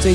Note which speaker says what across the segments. Speaker 1: 最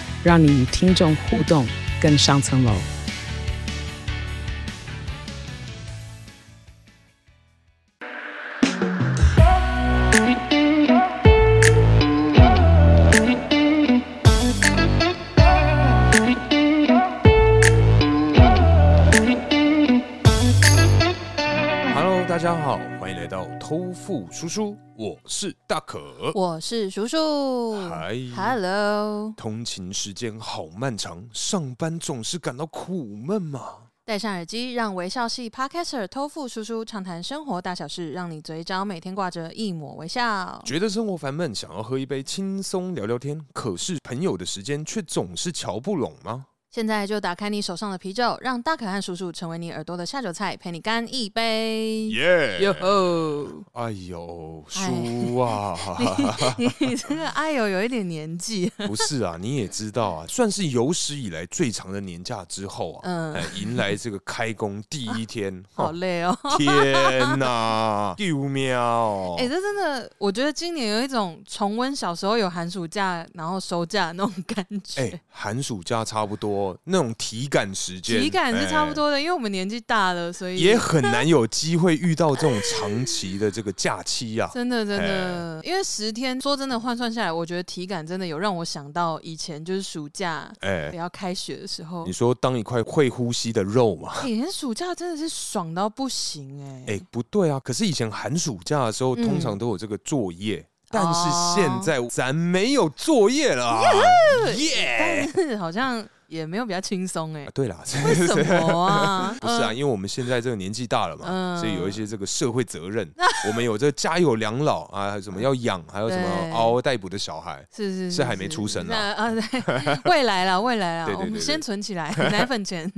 Speaker 1: 让你与听众互动更上层楼。
Speaker 2: Hello，大家好，欢迎来到偷富叔叔，我是大可。
Speaker 3: 我是叔叔。
Speaker 2: 嗨
Speaker 3: Hello，
Speaker 2: 通勤时间好漫长，上班总是感到苦闷嘛。
Speaker 3: 戴上耳机，让微笑系 Podcaster 偷富叔叔畅谈生活大小事，让你嘴角每天挂着一抹微笑。
Speaker 2: 觉得生活烦闷，想要喝一杯轻松聊聊天，可是朋友的时间却总是瞧不拢吗？
Speaker 3: 现在就打开你手上的啤酒，让大可汗叔叔成为你耳朵的下酒菜，陪你干 一杯。
Speaker 2: 耶、
Speaker 3: 哟吼！
Speaker 2: 哎呦，叔啊，
Speaker 3: 哎 你这个哎呦，有一点年 纪。
Speaker 2: 不是啊，你也知道啊，算是有史以来最长的年假之后啊，
Speaker 3: 嗯
Speaker 2: 哎，迎来这个开工第一天，
Speaker 3: 好累哦，
Speaker 2: 天哪，救命哦！
Speaker 3: 哎、这真的，我觉得今年有一种重温小时候有寒暑假，然后收假那种感觉。
Speaker 2: 哎、寒暑假差不多那种体感时间，
Speaker 3: 体感是差不
Speaker 2: 哎、
Speaker 3: 多的，因为我们年纪大了，所以
Speaker 2: 也很难有机会遇到这种长期的这个假期啊。
Speaker 3: 真的真的，因为十天，说真的换算下来，我觉得体感真的有让我想到以前就是暑假
Speaker 2: 哎、
Speaker 3: 要开学的时候
Speaker 2: 你，说当一块会呼吸的肉嘛？
Speaker 3: 以前暑假真的是爽到不行哎、
Speaker 2: 哎、不对啊！可是以前寒暑假的时候，
Speaker 3: 嗯
Speaker 2: 通常都有这个作业。但是
Speaker 3: 哦
Speaker 2: 现在咱没有作业了啊，耶、
Speaker 3: 但是 好像也没有比较轻松哎
Speaker 2: 啊，对啦，？
Speaker 3: 为什么啊
Speaker 2: 不是啊，
Speaker 3: 呃，
Speaker 2: 因为我们现在这个年纪大了嘛，
Speaker 3: 嗯
Speaker 2: 所以有一些这个社会责 任，我们有这个家有两老啊，还有什么要养，还有什么
Speaker 3: 嗯对
Speaker 2: 嗷嗷待哺的小孩，
Speaker 3: 是是
Speaker 2: 是还没出生啊
Speaker 3: 那啊，对，未来啦，未来
Speaker 2: 对对
Speaker 3: 啦，
Speaker 2: 对
Speaker 3: 我们
Speaker 2: 对
Speaker 3: 先存起来 奶粉钱。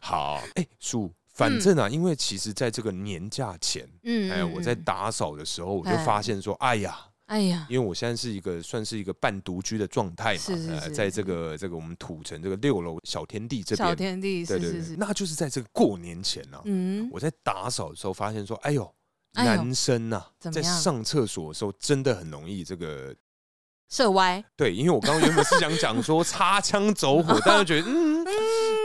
Speaker 2: 好，哎、叔，反正啊，因为其实在这个年假前，
Speaker 3: 嗯，
Speaker 2: 哎，
Speaker 3: 嗯
Speaker 2: 我在，
Speaker 3: 嗯
Speaker 2: 打扫的时候，我就
Speaker 3: 哎
Speaker 2: 发现说，哎呀。
Speaker 3: 哎呀，
Speaker 2: 因为我现在是一个算是一个半独居的状态嘛，
Speaker 3: 是是
Speaker 2: 呃
Speaker 3: 是
Speaker 2: 在这个这个我们土城这个六楼小天地这边
Speaker 3: 小，天地
Speaker 2: 对
Speaker 3: 是
Speaker 2: 对
Speaker 3: 是
Speaker 2: 对，
Speaker 3: 是，
Speaker 2: 那就是在这个过年前啊，
Speaker 3: 嗯，
Speaker 2: 我在打扫的时候发现说，哎呦，
Speaker 3: 哎呦
Speaker 2: 男生呐、
Speaker 3: 怎么
Speaker 2: 在
Speaker 3: 样
Speaker 2: 上厕所的时候真的很容易这个。
Speaker 3: 社歪，
Speaker 2: 对，因为我刚刚原本是想讲 说擦枪走火，但是觉得嗯，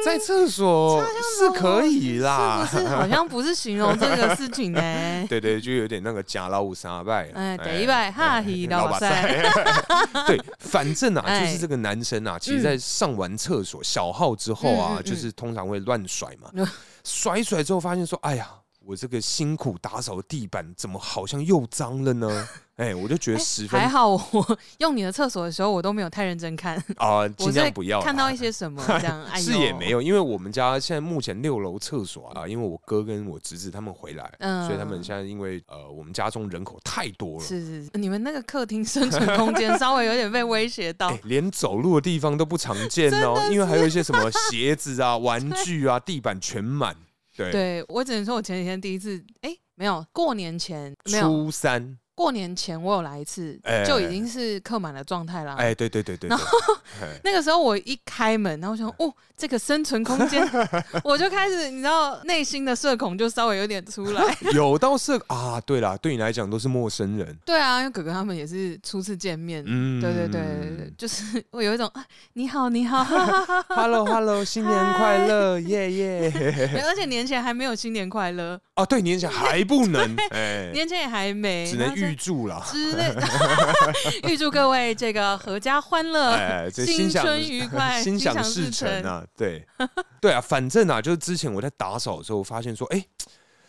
Speaker 2: 在厕所哦是可以啦。
Speaker 3: 哦是不是好像不是形容这个 事情呢、
Speaker 2: 对对，就有点那个假老五三拜，
Speaker 3: 哎，第一拜哈嘿老
Speaker 2: 把
Speaker 3: 哇塞，。
Speaker 2: 对，反正啊，
Speaker 3: 哎嗯
Speaker 2: 就是这个男生啊，其实在上完厕所小号之后
Speaker 3: 嗯嗯
Speaker 2: 啊，
Speaker 3: 嗯
Speaker 2: 就是通常会乱甩嘛
Speaker 3: 嗯，
Speaker 2: 甩一甩之后发现说，哎呀，我这个辛苦打扫的地板怎么好像又脏了呢？哎，我就觉得十分
Speaker 3: 还好我用你的厕所的时候，我都没有太认真看，
Speaker 2: 啊，
Speaker 3: 我
Speaker 2: 尽
Speaker 3: 在
Speaker 2: 量不要啦
Speaker 3: 看到一些什么 这样，哎呦，
Speaker 2: 是也没，有，因为我们家现在目前六楼厕所啊，因为我哥跟我侄子他们回来，
Speaker 3: 嗯
Speaker 2: 所以他们现在因为呃我们家中人口太多了，
Speaker 3: 是是是，你们那个客厅生存 空间稍微有点被威胁到
Speaker 2: 哎，连走路的地方都不常见哦，因为还有一些什么鞋子啊、玩具啊，地板全满。对，
Speaker 3: 对我只能说，我前几天第一次，哎，没有，过年前没有，
Speaker 2: 初三，
Speaker 3: 过年前我有来一次
Speaker 2: 哎，
Speaker 3: 就已经是客满的状态啦。
Speaker 2: 哎，对对对对对，哎
Speaker 3: 那个时候我一开门，然后我想，哦，这个生存空 间，我就开始，你知道，内心的社恐就稍微有点出来。
Speaker 2: 有到社啊，对啦，对你来讲都是陌生 人，
Speaker 3: 对啊，因为哥哥他们也是初次见面，
Speaker 2: 嗯，
Speaker 3: 对对对对对，就是 我有一种啊，你好你 好，哈哈哈
Speaker 2: Hello Hello，新年快乐，耶耶！
Speaker 3: 而且年前还没有新年快乐，
Speaker 2: 哦，对，年前还不 能， 哎，
Speaker 3: 年前也还没，
Speaker 2: 只能
Speaker 3: 然后
Speaker 2: 预祝啦。
Speaker 3: 之 类，预祝各位这个阖家欢乐，
Speaker 2: 哎，这心想
Speaker 3: 春愉快，
Speaker 2: 心想
Speaker 3: 想
Speaker 2: 事啊
Speaker 3: 成
Speaker 2: 成！啊，对对啊，反正啊，就是之前我在打扫的时候发现说，哎、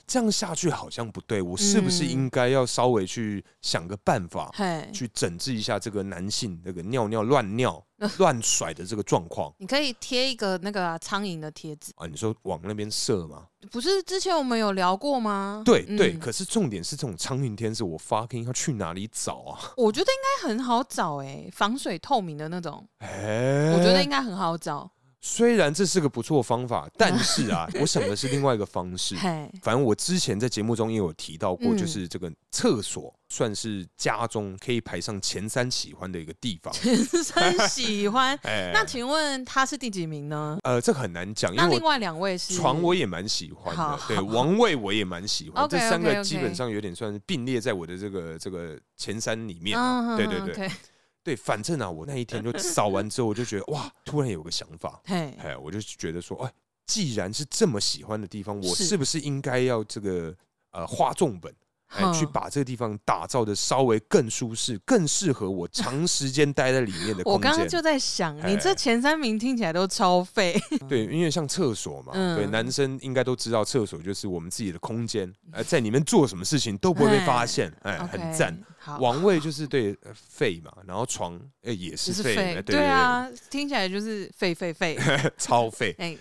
Speaker 2: 这样下去好像不对，我是不是
Speaker 3: 嗯
Speaker 2: 应该要稍微去想个办法，
Speaker 3: 嘿，
Speaker 2: 去整治一下这个男性那个尿尿乱尿
Speaker 3: 嗯
Speaker 2: 乱甩的这个状况
Speaker 3: 你可以贴一个那个啊苍蝇的贴纸，
Speaker 2: 啊？你说往那边射吗？
Speaker 3: 不是之前我们有聊过吗？
Speaker 2: 对
Speaker 3: 嗯
Speaker 2: 对，可是重点是这种苍蝇天使，我 fucking 要去哪里找啊？
Speaker 3: 我觉得应该很好找哎、防水透明的那种，
Speaker 2: 哎，
Speaker 3: 我觉得应该很好找。
Speaker 2: 虽然这是个不错方法，但是 啊，我想的是另外一个方式。
Speaker 3: 嘿，
Speaker 2: 反正我之前在节目中也有提到过，
Speaker 3: 嗯
Speaker 2: 就是这个厕所算是家中可以排上前三喜欢的一个地方。
Speaker 3: 真喜欢。
Speaker 2: 哎
Speaker 3: 那请问他是第几名呢？
Speaker 2: 呃，这个很难讲，因
Speaker 3: 那
Speaker 2: 为
Speaker 3: 另
Speaker 2: 我
Speaker 3: 外两位是
Speaker 2: 床我也蛮喜欢的，
Speaker 3: 好
Speaker 2: 对，王位我也蛮喜欢，这
Speaker 3: OK，OK，
Speaker 2: 三个
Speaker 3: OK
Speaker 2: 基本上有点算是并列在我的这个这个前三里面啊。
Speaker 3: 嗯，
Speaker 2: 对对对
Speaker 3: OK，
Speaker 2: 对，反正啊，我那一天就扫完之后，我就觉得哇，突然有个想 法，
Speaker 3: 嘿，
Speaker 2: 哎，我就觉得说，哎，既然是这么喜欢的地方，我
Speaker 3: 是
Speaker 2: 是不是应该要这个呃花重本，哎，
Speaker 3: 哼
Speaker 2: 去把这个地方打造的稍微更舒适、更适合我长时间待在里面的
Speaker 3: 我
Speaker 2: 空
Speaker 3: 刚刚
Speaker 2: 间？
Speaker 3: 就在想，
Speaker 2: 哎
Speaker 3: 你这前三名听起来都超废，
Speaker 2: 对，因为像厕所嘛，
Speaker 3: 嗯
Speaker 2: 对，男生应该都知道，厕所就是我们自己的空间，呃，在里面做什么事情都不会被发现，哎，
Speaker 3: OK，
Speaker 2: 很赞。
Speaker 3: 好，
Speaker 2: 王位就是对呃废嘛，然后床哎也是
Speaker 3: 只是
Speaker 2: 废，哎
Speaker 3: 废，
Speaker 2: 对
Speaker 3: 对，啊，听起来就是废废 废。
Speaker 2: 对 超废。
Speaker 3: 哎，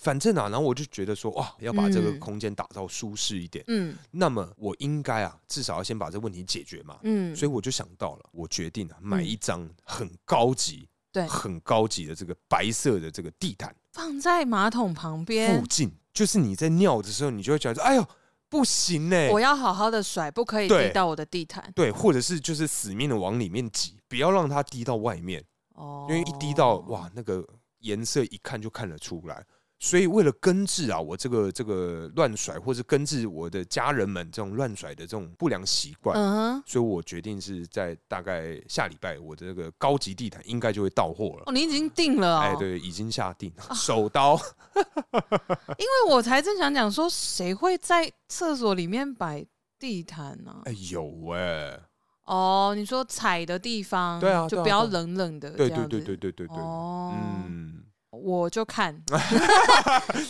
Speaker 2: 反正啊，然后我就觉得说，哇，要把这个
Speaker 3: 嗯
Speaker 2: 空间打造舒适一点。
Speaker 3: 嗯
Speaker 2: 那么我应该啊，至少要先把这问题解决嘛。
Speaker 3: 嗯，
Speaker 2: 所以我就想到了，我决定啊，买一张很高级、
Speaker 3: 对
Speaker 2: 很高级的这个白色的这个地毯
Speaker 3: 放在马桶旁边
Speaker 2: 附，近，就是你在尿的时候，你就会觉得，哎呦，不行呢、
Speaker 3: 我要好好的甩，不可以
Speaker 2: 对
Speaker 3: 滴到我的地毯。
Speaker 2: 对，或者是就是死命的往里面挤，不要让它滴到外面，
Speaker 3: 哦
Speaker 2: 因为一滴到，哇，那个颜色一看就看得出来。所以为了根治啊，我这个这个乱甩，或是根治我的家人们这种乱甩的这种不良习惯，
Speaker 3: 嗯哼，
Speaker 2: 所以我决定是在大概下礼拜，我的这个高级地毯应该就会到货了。
Speaker 3: 哦，你哦已经定了哦，
Speaker 2: 哎，对，已经下定，手刀。
Speaker 3: 因为我才正想讲说，谁会在厕所里面摆地毯呢、
Speaker 2: 哎，有哎，
Speaker 3: 哦，你说踩的地方，
Speaker 2: 对啊对
Speaker 3: 就
Speaker 2: 啊
Speaker 3: 不要
Speaker 2: 对啊
Speaker 3: 冷冷的，
Speaker 2: 对
Speaker 3: 这样
Speaker 2: 对
Speaker 3: 子
Speaker 2: 对对对对对，
Speaker 3: 哦，
Speaker 2: 嗯，
Speaker 3: 我就看，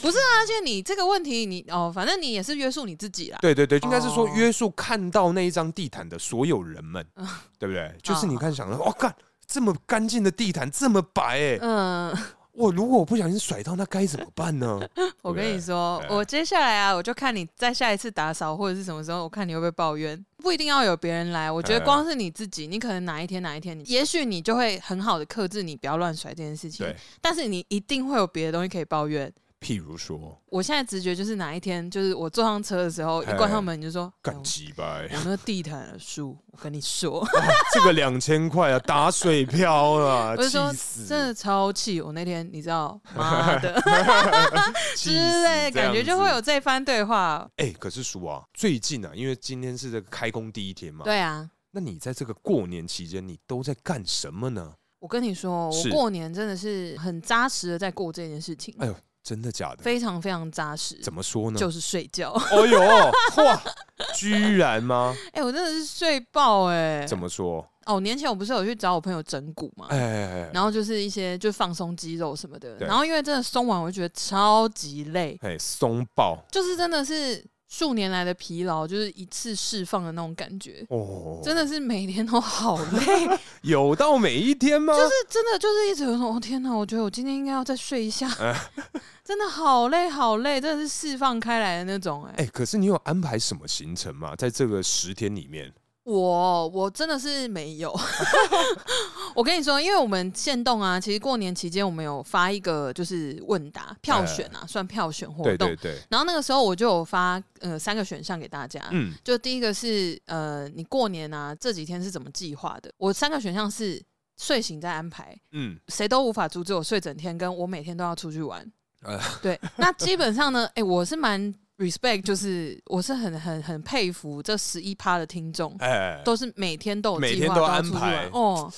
Speaker 3: 不是啊，而且你这个问题你，哦，反正你也是约束你自己啦，
Speaker 2: 对对对，应该是说
Speaker 3: 哦
Speaker 2: 约束看到那一张地毯的所有人们，
Speaker 3: 嗯
Speaker 2: 对不对？就是你看想到，哇，干这么干净的地毯，这么白哎，
Speaker 3: 嗯，
Speaker 2: 我如果我不小心甩到，那该怎么办呢？
Speaker 3: 我跟你说，
Speaker 2: 对
Speaker 3: 我接下来啊，我就看你在下一次打扫或者是什么时候，我看你会不会抱怨。不一定要有别人来，我觉得
Speaker 2: 哎
Speaker 3: 光是你自己，你可能哪一天哪一天，你也许你就会很好的克制你不要乱甩这件事情
Speaker 2: 对。
Speaker 3: 但是你一定会有别的东西可以抱怨。
Speaker 2: 譬如说，
Speaker 3: 我现在直觉就是哪一天，就是我坐上车的时候，一
Speaker 2: 哎
Speaker 3: 关上门你就说，哎
Speaker 2: 干啊鸡 掰，
Speaker 3: 我我那地毯的书，我跟你说，
Speaker 2: 哦这个两千块啊，打水漂了，
Speaker 3: 我就
Speaker 2: 气
Speaker 3: 说
Speaker 2: 死，
Speaker 3: 真的超气。我那天你 知道，妈的
Speaker 2: 气
Speaker 3: 之
Speaker 2: 死
Speaker 3: 类的，
Speaker 2: 这样
Speaker 3: 感觉就会
Speaker 2: 子
Speaker 3: 有这番对话。
Speaker 2: 哎、可是叔啊，最近啊，因为今天是这个开工第一天嘛，
Speaker 3: 对啊，
Speaker 2: 那你在这个过年期间，你都在干什么呢？
Speaker 3: 我跟你说，我
Speaker 2: 是
Speaker 3: 过年真的是很扎实的在过这件事情，
Speaker 2: 哎呦，真的假的？
Speaker 3: 非常非常扎实。
Speaker 2: 怎么说呢？
Speaker 3: 就是睡觉，
Speaker 2: 哦呦，哇，居然吗？
Speaker 3: 哎、我真的是睡爆哎、
Speaker 2: 怎么说？
Speaker 3: 哦，年前我不是有去找我朋友整骨嘛，
Speaker 2: 哎哎哎
Speaker 3: 然后就是一些就放松肌肉什么的，
Speaker 2: 对
Speaker 3: 然后因为真的松完，我就觉得超级累，
Speaker 2: 哎，松爆
Speaker 3: 就是真的是数年来的疲劳，就是一次释放的那种感觉，
Speaker 2: 哦，
Speaker 3: 真
Speaker 2: 的
Speaker 3: 的是每天都好累， 就
Speaker 2: 有到每一天吗？就是
Speaker 3: 真的就是一直有种，哦天哪，我觉得我今天应该要再睡一下，
Speaker 2: 嗯
Speaker 3: 真的好累好累，真的是释放开来的那种哎、
Speaker 2: 哎、可是你有安排什么行程吗？在这个十天里面，
Speaker 3: 我我真的是没有， 我跟你说，因为我们限动啊，其实过年期间我们有发一个就是问答票选啊，算票选活
Speaker 2: 哎对
Speaker 3: 动。
Speaker 2: 对对，
Speaker 3: 然后那个时候我就有发呃三个选项给大家，
Speaker 2: 嗯，
Speaker 3: 就第一个是呃你过年啊这几天是怎么计划的？我三个选项是睡醒再安排，
Speaker 2: 嗯，
Speaker 3: 谁都无法阻止我睡整天，跟我每天都要出去玩。
Speaker 2: 呃
Speaker 3: 对，那基本上呢，哎、我是蛮 respect，就是我是很很很佩服这十一趴的 听众。
Speaker 2: 哎，
Speaker 3: 都是每天都有
Speaker 2: 每
Speaker 3: 计
Speaker 2: 天
Speaker 3: 划
Speaker 2: 都
Speaker 3: 要
Speaker 2: 安
Speaker 3: 出去
Speaker 2: 排
Speaker 3: 玩哦，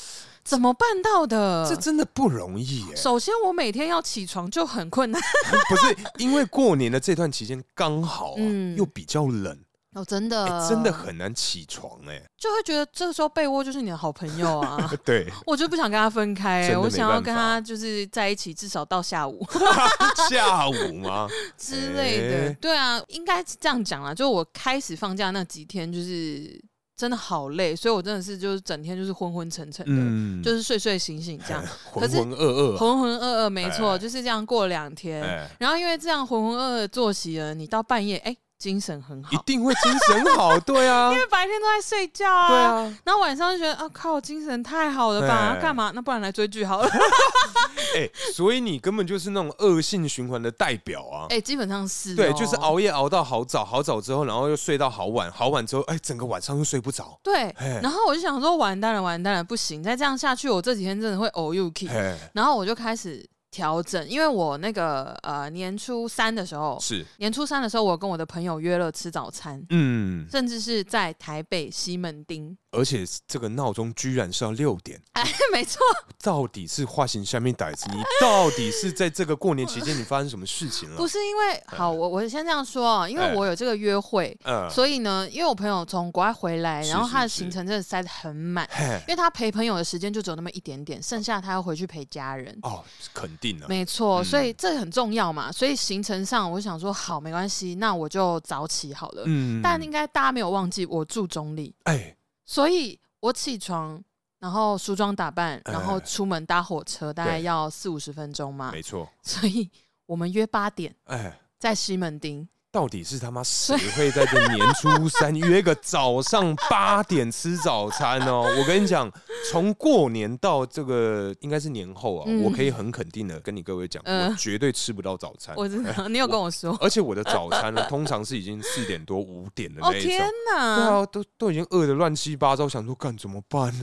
Speaker 3: 怎么办到
Speaker 2: 这
Speaker 3: 的？
Speaker 2: 真的不容易耶、
Speaker 3: 首先，我每天要起床就很困难，
Speaker 2: 不是因为过年的这段期间刚好啊、
Speaker 3: 嗯
Speaker 2: 又比较冷，
Speaker 3: 哦，真的、
Speaker 2: 哎真的很难起床 哎、，
Speaker 3: 就会觉得这时候被窝就是你的好朋友啊
Speaker 2: 对，
Speaker 3: 我就不想跟他分开、
Speaker 2: 真的
Speaker 3: 我
Speaker 2: 没
Speaker 3: 想要跟
Speaker 2: 办法
Speaker 3: 他就是在一起，至少到下午
Speaker 2: 下午吗？
Speaker 3: 之类的。
Speaker 2: 哎
Speaker 3: 对啊，应该是这样讲啦。就我开始放假那几天，就是真的好累，所以我真的是就是整天就是昏昏沉沉的，
Speaker 2: 嗯，
Speaker 3: 就是睡睡醒醒 这样，
Speaker 2: 浑
Speaker 3: 是
Speaker 2: 浑噩噩啊，
Speaker 3: 浑浑噩噩，没错，
Speaker 2: 哎
Speaker 3: 就是这样过了两天。
Speaker 2: 哎，
Speaker 3: 然后因为这样浑浑噩噩的作息了，你到半夜哎、精神很
Speaker 2: 一
Speaker 3: 好，
Speaker 2: 定会精神好，对啊，
Speaker 3: 因为白天都在睡觉啊。
Speaker 2: 对。啊，
Speaker 3: 然后晚上就觉得啊靠，我精神太好了吧？
Speaker 2: 哎
Speaker 3: 要干嘛？那不然来追剧 好了。
Speaker 2: 哎、所以你根本就是那种恶性循环的代表啊！
Speaker 3: 哎、基本上是、
Speaker 2: 对，就是。熬夜熬到好早，好早之后，然后又睡到好晚，好晚之后，哎、整个晚上又睡不着。
Speaker 3: 对
Speaker 2: 哎，
Speaker 3: 然后我就想说，完蛋了，完蛋了，不行，再这样下去，我这几天真的会偶 u k
Speaker 2: 哎，
Speaker 3: 然后我就开始调整，因为我那个呃年初三的时候，
Speaker 2: 是，
Speaker 3: 年初三的时候，我跟我的朋友约了吃早餐，
Speaker 2: 嗯，
Speaker 3: 甚至是在台北西门町。
Speaker 2: 而且这个闹钟居然是要六点，
Speaker 3: 哎，没错，
Speaker 2: 到底嗯是化形下面歹子？你到底是在这个过年期间你发生什么事情
Speaker 3: 不
Speaker 2: 了？
Speaker 3: 是因为好，我我先这样说哦，因为我有这个约会，
Speaker 2: 哎嗯，
Speaker 3: 所以呢，因为我朋友从国外回来，
Speaker 2: 是
Speaker 3: 然后他的
Speaker 2: 是是
Speaker 3: 行程真的塞得很满，
Speaker 2: 嘿，
Speaker 3: 因为他陪朋友的时间就只有那么一点点，剩下他要回去陪家人。
Speaker 2: 哦，肯定啊，
Speaker 3: 没错，
Speaker 2: 嗯
Speaker 3: 所以这很重要嘛。所以行程上，我想说好，没关系，那我就早起好了。
Speaker 2: 嗯
Speaker 3: 但应该大家没有忘记，我住中立，
Speaker 2: 哎、
Speaker 3: 所以我起床，然后梳妆打扮，
Speaker 2: 哎
Speaker 3: 然后出门搭火车，大概
Speaker 2: 对
Speaker 3: 要四五十分钟嘛。
Speaker 2: 没错，
Speaker 3: 所以我们约八点
Speaker 2: 哎、
Speaker 3: 在西门町，
Speaker 2: 到底是他妈谁会在这年初三约个早上八点吃早餐哦？ 我跟你讲，从过年到这个应该是年后啊，
Speaker 3: 嗯
Speaker 2: 我可以很肯定的跟你各位讲，
Speaker 3: 嗯
Speaker 2: 我绝对吃不到早餐，
Speaker 3: 我知道你有跟我说。
Speaker 2: 而且哎我的早餐呢， 通常是已经四点多五点的
Speaker 3: 哦
Speaker 2: 那一
Speaker 3: 天
Speaker 2: 种。对
Speaker 3: 哪！
Speaker 2: 啊，都都已经饿得乱七八糟，想说干怎么 办？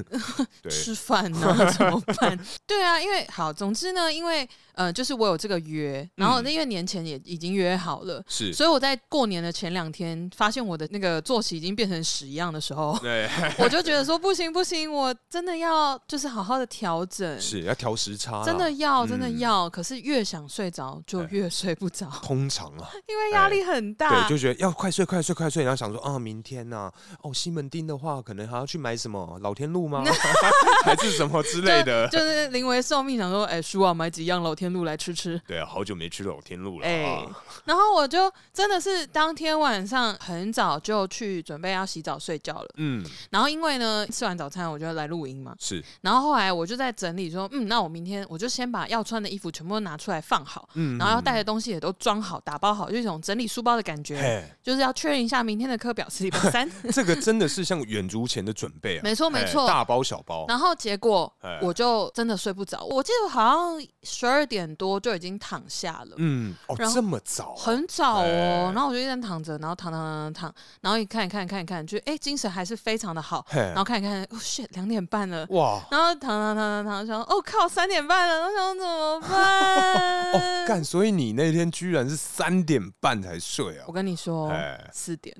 Speaker 2: 对，
Speaker 3: 吃饭 呢怎么办？对啊，因为好，总之呢，因为呃，就是我有这个约，然后
Speaker 2: 嗯
Speaker 3: 因为年前也已经约好了，
Speaker 2: 是，，
Speaker 3: 所以我在过年的前两天，发现我的那个作息已经变成屎一样的时候
Speaker 2: 对，
Speaker 3: 我就觉得说不行不行，我真的要就是好好的调 整，
Speaker 2: 是要调时差啦，
Speaker 3: 真的要
Speaker 2: 嗯
Speaker 3: 真的要。可是越想睡着就越睡不着，
Speaker 2: 通常啊，
Speaker 3: 因为压力很大
Speaker 2: 对，。就觉得要快睡快睡快睡，然后想说啊，明天呐、哦，西门町的话，可能还要去买什么老天路吗？ 还是什么之类的？
Speaker 3: 就就是临危受命，想说，哎、叔啊，买几样老天禄来吃吃。
Speaker 2: 对啊，好久没去老天路了、
Speaker 3: 哎、
Speaker 2: 啊。
Speaker 3: 然后我就真的是当天晚上很早就去准备要洗澡睡觉了。
Speaker 2: 嗯，
Speaker 3: 然后因为呢，吃完早餐我就来录音嘛，
Speaker 2: 是，
Speaker 3: 然后后来我就在整理说，嗯，那我明天我就先把要穿的衣服全部都拿出来放好，
Speaker 2: 嗯
Speaker 3: 然后要带的东西也都装好、打包好，就一种整理书包的感觉，
Speaker 2: 嘿，
Speaker 3: 就是要确认一下明天的课表 是礼拜三。
Speaker 2: 这个真的是像远足前的准备啊，
Speaker 3: 没错没
Speaker 2: 嘿
Speaker 3: 错
Speaker 2: 大包小包，
Speaker 3: 然后结果
Speaker 2: 哎
Speaker 3: 我就真的睡不着，我记得好像十二点多就已经躺下了。
Speaker 2: 嗯，哦
Speaker 3: 然，后
Speaker 2: 这么早，
Speaker 3: 很早哦
Speaker 2: 哎，
Speaker 3: 然后我就一直躺着，然后躺躺躺躺躺，然后一看一看看一看，就哎、精神还是非常的好，
Speaker 2: 嘿
Speaker 3: 然后看一看，哦 shit 两点半了，
Speaker 2: 哇，
Speaker 3: 然后躺躺躺躺躺，想哦靠，三点半了，我想 怎么办？
Speaker 2: 哦，干，所以你那天居然是三点半才睡啊
Speaker 3: 我？跟你说
Speaker 2: 哎，
Speaker 3: 四点，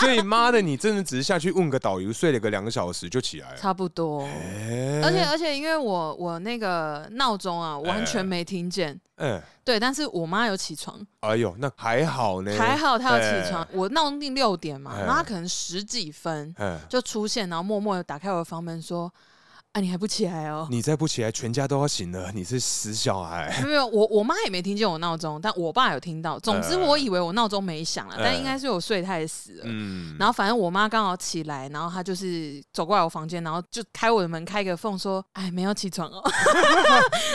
Speaker 2: 所以妈的，你真的只是下去问个导游，睡了个两个小时就起来了，
Speaker 3: 差不多。
Speaker 2: 哎
Speaker 3: 而且而且，因为我我那个闹钟啊，完
Speaker 2: 哎
Speaker 3: 全没听见。
Speaker 2: 嗯。
Speaker 3: 对，但是我妈有起床，
Speaker 2: 哎呦，那还好呢，
Speaker 3: 还好她有起床。我闹钟定六点嘛，
Speaker 2: 哎
Speaker 3: 然后她可能十几分
Speaker 2: 嗯，
Speaker 3: 就出现，然后默默的打开我的房门说：“啊，你还不起来哦
Speaker 2: 你再不起来，全家都要醒了。你是死小？” 孩，
Speaker 3: 没有，我我妈也没听见我闹钟，但我爸有听到。总之，
Speaker 2: 哎
Speaker 3: 我以为我闹钟没响了，但应该是我睡太死了。
Speaker 2: 嗯，
Speaker 3: 然后反正我妈刚好起来，然后她就是走过来我房间，然后就开我的门开个缝说：“哎，没有起 床哦。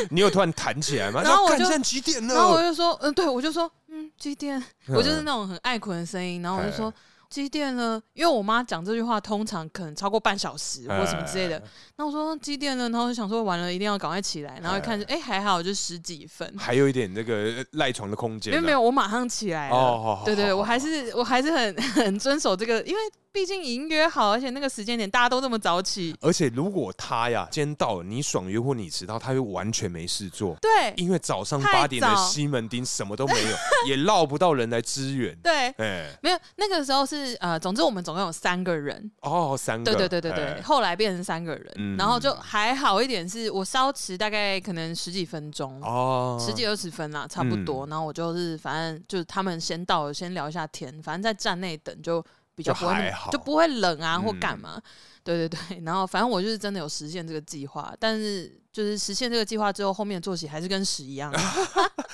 Speaker 2: 你有突然弹起来吗？
Speaker 3: 然后我
Speaker 2: 干
Speaker 3: 就
Speaker 2: 现在几点”
Speaker 3: 然后我
Speaker 2: 了？
Speaker 3: 就说：“嗯、对，我就说，嗯，几点？”
Speaker 2: 嗯
Speaker 3: 我就是那种很爱捆的声音，然后我 就
Speaker 2: 哎
Speaker 3: 说。嗯几点了？因为我妈讲这句话通常可能超过半小时或什么之类
Speaker 2: 哎
Speaker 3: 的。那我说嗯几点了？然后我就想说完了，一定要赶快起来。然后一看就，哎、还好，就十几 分。
Speaker 2: 还有一点那个呃赖床的空间
Speaker 3: 没
Speaker 2: 啊。
Speaker 3: 有没有，我马上起来了。
Speaker 2: 哦好好
Speaker 3: 对对，
Speaker 2: 好
Speaker 3: 我
Speaker 2: 好
Speaker 3: 还是我还是很很遵守这个，因为毕竟已经约好，而且那个时间点大家都这么早起，
Speaker 2: 而且如果他呀，今天到了，你爽约或你迟到，他会完全没事做，
Speaker 3: 对
Speaker 2: 因为早上
Speaker 3: 太
Speaker 2: 八点的
Speaker 3: 早
Speaker 2: 西门町什么都没有，也捞不到人来支援。
Speaker 3: 对，
Speaker 2: 哎，
Speaker 3: 没有那个时候是呃，总之我们总共有三个人，
Speaker 2: 哦，三个，
Speaker 3: 对对对对对，
Speaker 2: 哎，
Speaker 3: 后来变成三个人，
Speaker 2: 嗯
Speaker 3: 然后就还好一点是，我稍迟大概可能十几分钟。
Speaker 2: 哦，嗯
Speaker 3: 十几二十分啦，差不多。然后我就是，反正就是他们先到了，先聊一下天。反正在站内等就比较
Speaker 2: 就
Speaker 3: 不会那
Speaker 2: 还
Speaker 3: 么
Speaker 2: 好
Speaker 3: 就不会冷啊
Speaker 2: 嗯
Speaker 3: 或干嘛。对对对。然后反正我就是真的有实现这个计划，但是就是实现这个计划之后，后面的作息还是跟屎 一样，